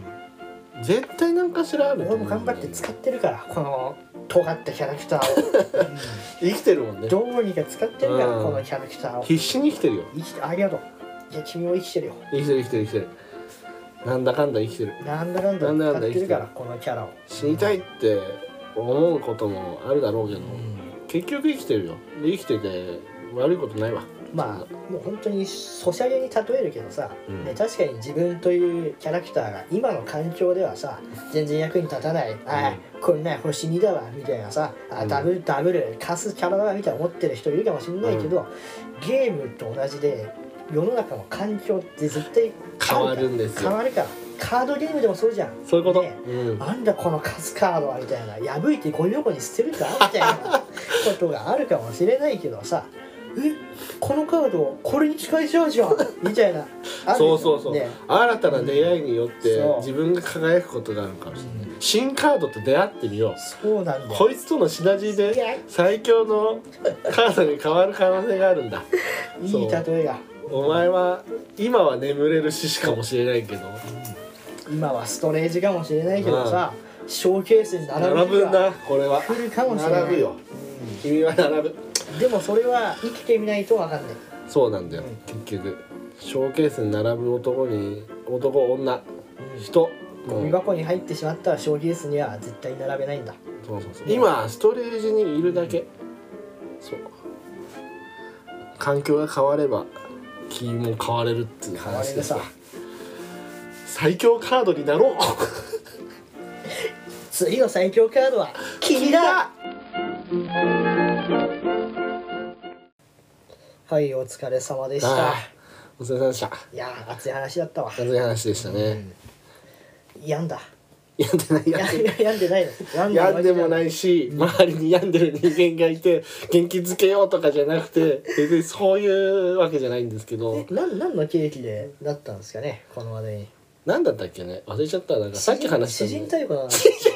S2: 絶対何かしらあると
S1: 俺
S2: 思
S1: も
S2: う
S1: 頑張って使ってるからこの尖ったキャラクタ ーを
S2: 生きてるもんね
S1: どうにか使ってるから
S2: うん
S1: このキャラクターを
S2: 必死に生きてるよ
S1: 生きてありがとういや君も生きてるよ
S2: 生きてる生きてる生きてるなんだかんだ生きてる
S1: なんだかんだ
S2: なんだかんだ
S1: 使ってるから
S2: 生
S1: このキャラを
S2: 死にたいって思うこともあるだろうけど、
S1: ん
S2: 結局生きてるよ生きてて悪いことないわ
S1: まあもう本当にソシャゲに例えるけどさ、
S2: うん
S1: ね、確かに自分というキャラクターが今の環境ではさ全然役に立たない、ああこんなん星2だわみたいなさああ
S2: うん
S1: ダブルダブル貸すキャラだわみたいな思ってる人いるかもしれないけど、ゲームと同じで世の中の環境って絶対
S2: 変わるんです
S1: 変
S2: よ
S1: わるからカードゲームでもそうじゃん
S2: そういうこと、
S1: ね
S2: うん、
S1: なんだこのカスカードはみたいな破いてゴミ箱に捨てるかみたいなことがあるかもしれないけどさえこのカードこれに使えちゃうじゃんみたいなある
S2: そうそうそう、
S1: ね
S2: 新たな出会いによって
S1: そう
S2: 自分が輝くことがあるかもしれない新カードと出会ってみよう
S1: そうなんだ
S2: こいつとのシナジー
S1: いや
S2: で最強のカードに変わる可能性があるんだ
S1: い
S2: そう
S1: い例えが
S2: お前は今は眠れる獅子かもしれないけど
S1: 今はストレージかもしれないけどさ、ショーケースに並ぶ
S2: 並ぶん
S1: 日が
S2: だこれは
S1: 来るかもしれない
S2: 並ぶよ君は並ぶ
S1: でもそれは生きてみないとわかんない
S2: そうなんだよ結局ショーケースに並ぶ男に男女人
S1: ゴミ
S2: もう
S1: 箱に入ってしまったらショーケースには絶対並べないんだ
S2: そうそうそう今ストレージにいるだけ、そう環境が変われば君も変われるっていう
S1: 変わ
S2: 話
S1: れ
S2: で
S1: る
S2: す
S1: さ
S2: よ最強カードにな ろう
S1: 次の最強カードは君だはい、お疲れ様でし
S2: あ
S1: た
S2: あ。お疲れ様でした
S1: いやー、熱い話だったわ。
S2: 熱い話でしたね、
S1: 病んだ。
S2: 病んでない病ん
S1: や
S2: でない
S1: 病んでないの。病。
S2: 病んでもないいし周りに病んでる人間がいて元気づけようとかじゃなくて別にそういうわけじゃないんですけど
S1: なん、なんのケーキで、だったんですかね、この話題に。
S2: 何だったっけね忘れちゃったなんかさっき話した
S1: 詩
S2: んで
S1: 人太鼓 の話。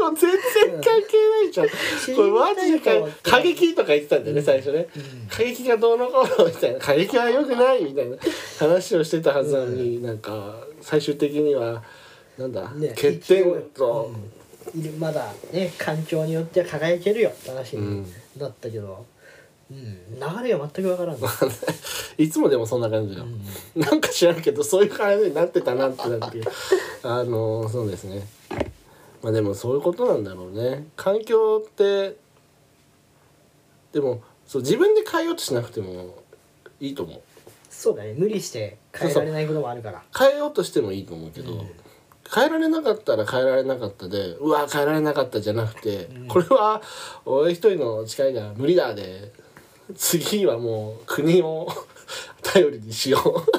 S2: もう全然関係ないじゃん。これマジでか過激とか言ってたんだよね最初ね。過激がどうのこうのみたいな過激は良くないみたいな話をしてたはずなのになんか最終的にはなんだ
S1: ね
S2: 欠点と
S1: いる、まだ、ね、環境によっては輝けるよ、って話
S2: うん
S1: だったけど。うん、流れが全くわからんの。
S2: いつもでもそんな感じだよ。なんか知らんけどそういう感じになってたなってな ってあのそうですねまあでもそういうことなんだろうね環境ってでもそう自分で変えようとしなくてもいいと思う
S1: そうだね、無理して変えられないこともあるから。
S2: 変えようとしてもいいと思うけど、変えられなかったら変えられなかったでうわ変えられなかったじゃなくて、これは俺一人の力じゃ無理だで次はもう国を 頼りにしよう。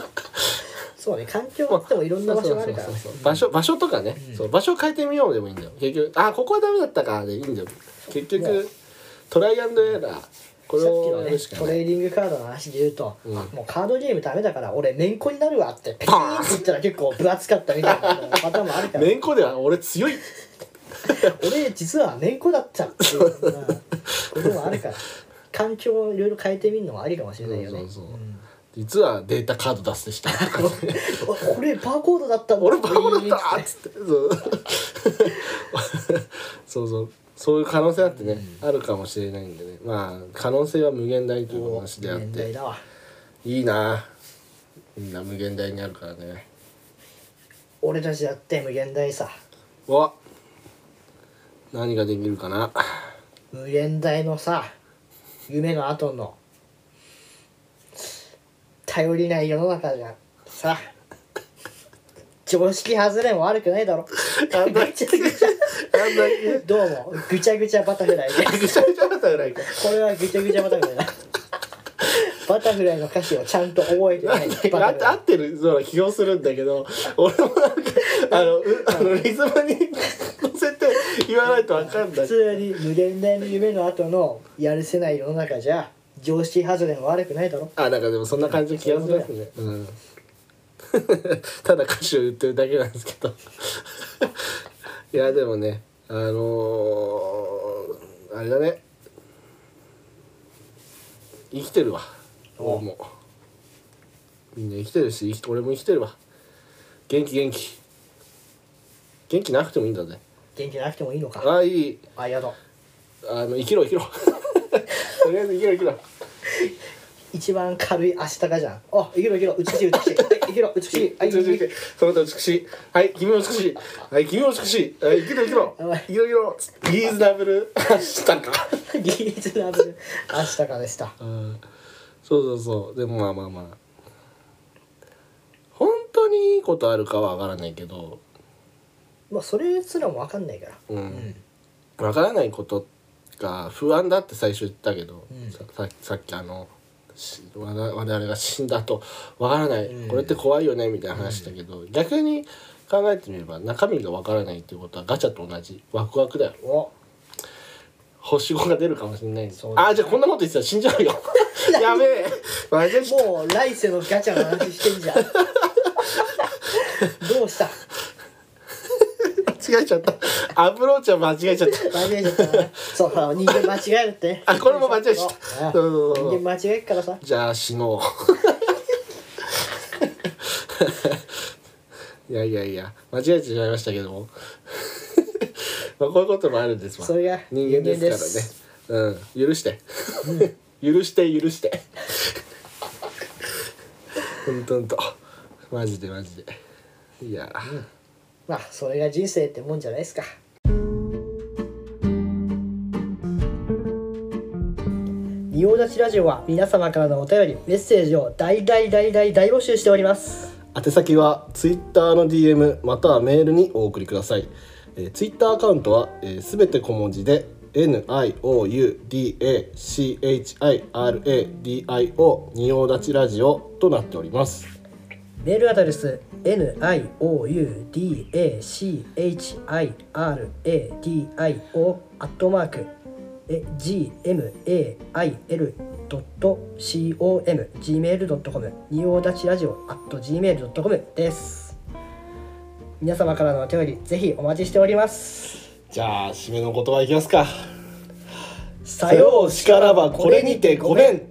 S1: そうね、環境ってもいろんな場所があるから
S2: そう。そうそうそう場所場所とかね、そう場所を変えてみようでもいいんだよ結局あここはダメだったかでいいんだよ結局、
S1: ね
S2: トライアンドエラーこれ
S1: さっき
S2: を
S1: の
S2: や
S1: ね
S2: るしか
S1: ト
S2: ない、
S1: レーディングカードの話で言うと、
S2: うん
S1: もうカードゲームダメだから俺めんこになるわってピ キ
S2: パ
S1: ーン
S2: ーン
S1: って言ったら結構分厚かったみたいなパターンもあるから
S2: めんこでは俺強い
S1: 俺実はめんこだった っていうようなこともあるから環境をいろいろ変えてみるのもありかもしれないよね
S2: そうそうそう実はデータカード出すでした とかね
S1: お俺バーコードだったんだ
S2: 俺バカだったっつってそう そうそうそういう可能性あってね、あるかもしれないんでねまあ可能性は無限大という話であっ
S1: 年代
S2: て
S1: だわ
S2: いいなみんな無限大にあるからね
S1: 俺たちだって無限大さ
S2: わ何ができるかな
S1: 無限大のさ夢の後の頼りない世の中じゃんさ常識外れも悪くないだろ
S2: あ んだ
S1: ぐちゃぐちゃ
S2: あんだけ
S1: どうもぐちゃぐちゃバタフライです
S2: ぐちゃぐちゃだったぐらいか
S1: これはぐちゃぐちゃバタフライ だバタフライの歌詞をちゃんと覚えて ないバタフ
S2: あ合
S1: ライ
S2: ってるような気がするんだけど俺もなんかあのうあのリズムに乗せて言わないとわかんな
S1: 普
S2: い
S1: 通に無限大の夢の後のやるせない世の中じゃ常識外れも悪くないだろ
S2: あなんかでもそんな感じの気がするんですね、うん ただ歌詞を言ってるだけなんですけど いやでもねあのー、あれだね生きてるわ
S1: お
S2: 俺もみんな生きてるし生き俺も生きてるわ元気元気元気なくてもいいんだぜ
S1: 元気なくてもいいのか
S2: ああいい
S1: あやだ
S2: あの生きろ生きろ とりあえず生きろ生きろ
S1: 一番軽い明日がじゃんあ生きろ生きろ美しい 美しいはい生きろ美しいはい
S2: 美しいその他美しいはい君も美しいはい君も美しいはい生きろ生きろ
S1: やばい
S2: 生きろ生きろリーズナブル明日か
S1: リーズナブル明日かでした
S2: うんそうそうそうでもまあまあまあ本当にいいことあるかはわからないけど
S1: まあそれすらも分かんないから
S2: うん
S1: うん
S2: わからないことが不安だって最初言ったけど、
S1: うん
S2: さささっきあのしわが我々が死んだとわからない、
S1: うん
S2: これって怖いよねみたいな話だけど、逆に考えてみれば中身がわからないっていうことはガチャと同じワクワクだよ
S1: お
S2: 星5が出るかもしれないんです
S1: そうだね
S2: あーじゃあこんなこと言ってたら死んじゃ うよやべえマジで死ん
S1: もう来世のガチャの話してん じゃんどうした
S2: 間違えちゃったアプローチは間違えちゃった
S1: 間違えちゃったなそうほら人間間違えるってね
S2: あこれも間違えちゃった
S1: あ
S2: そうそうそう
S1: 人間間違えるからさ
S2: じゃあ死のう いやいやいや間違えてしまいましたけども まあこういうこともあるんですわ
S1: それが
S2: 人間で
S1: 人間です
S2: からねうん許して、 許して許して ほんとほんとマジでマジでいや、
S1: まあそれが人生ってもんじゃないですか仁王立ちラジオは皆様からのお便りメッセージを大大大大大募集しております
S2: 宛先は Twitter の DM またはメールにお送りください、えー、Twitter アカウントはすべ、全て小文字で NIOUDACHIRADIO 仁王立ちラジオとなっております
S1: メールアドレス NIOUDACHIRADIO アットマーク gmail.com gmail.com 仁王立ちラジオ at gmail.com です皆様からのお便りぜひお待ちしております
S2: じゃあ締めの言葉いきますか
S1: さよう
S2: うしからばこれにてごめん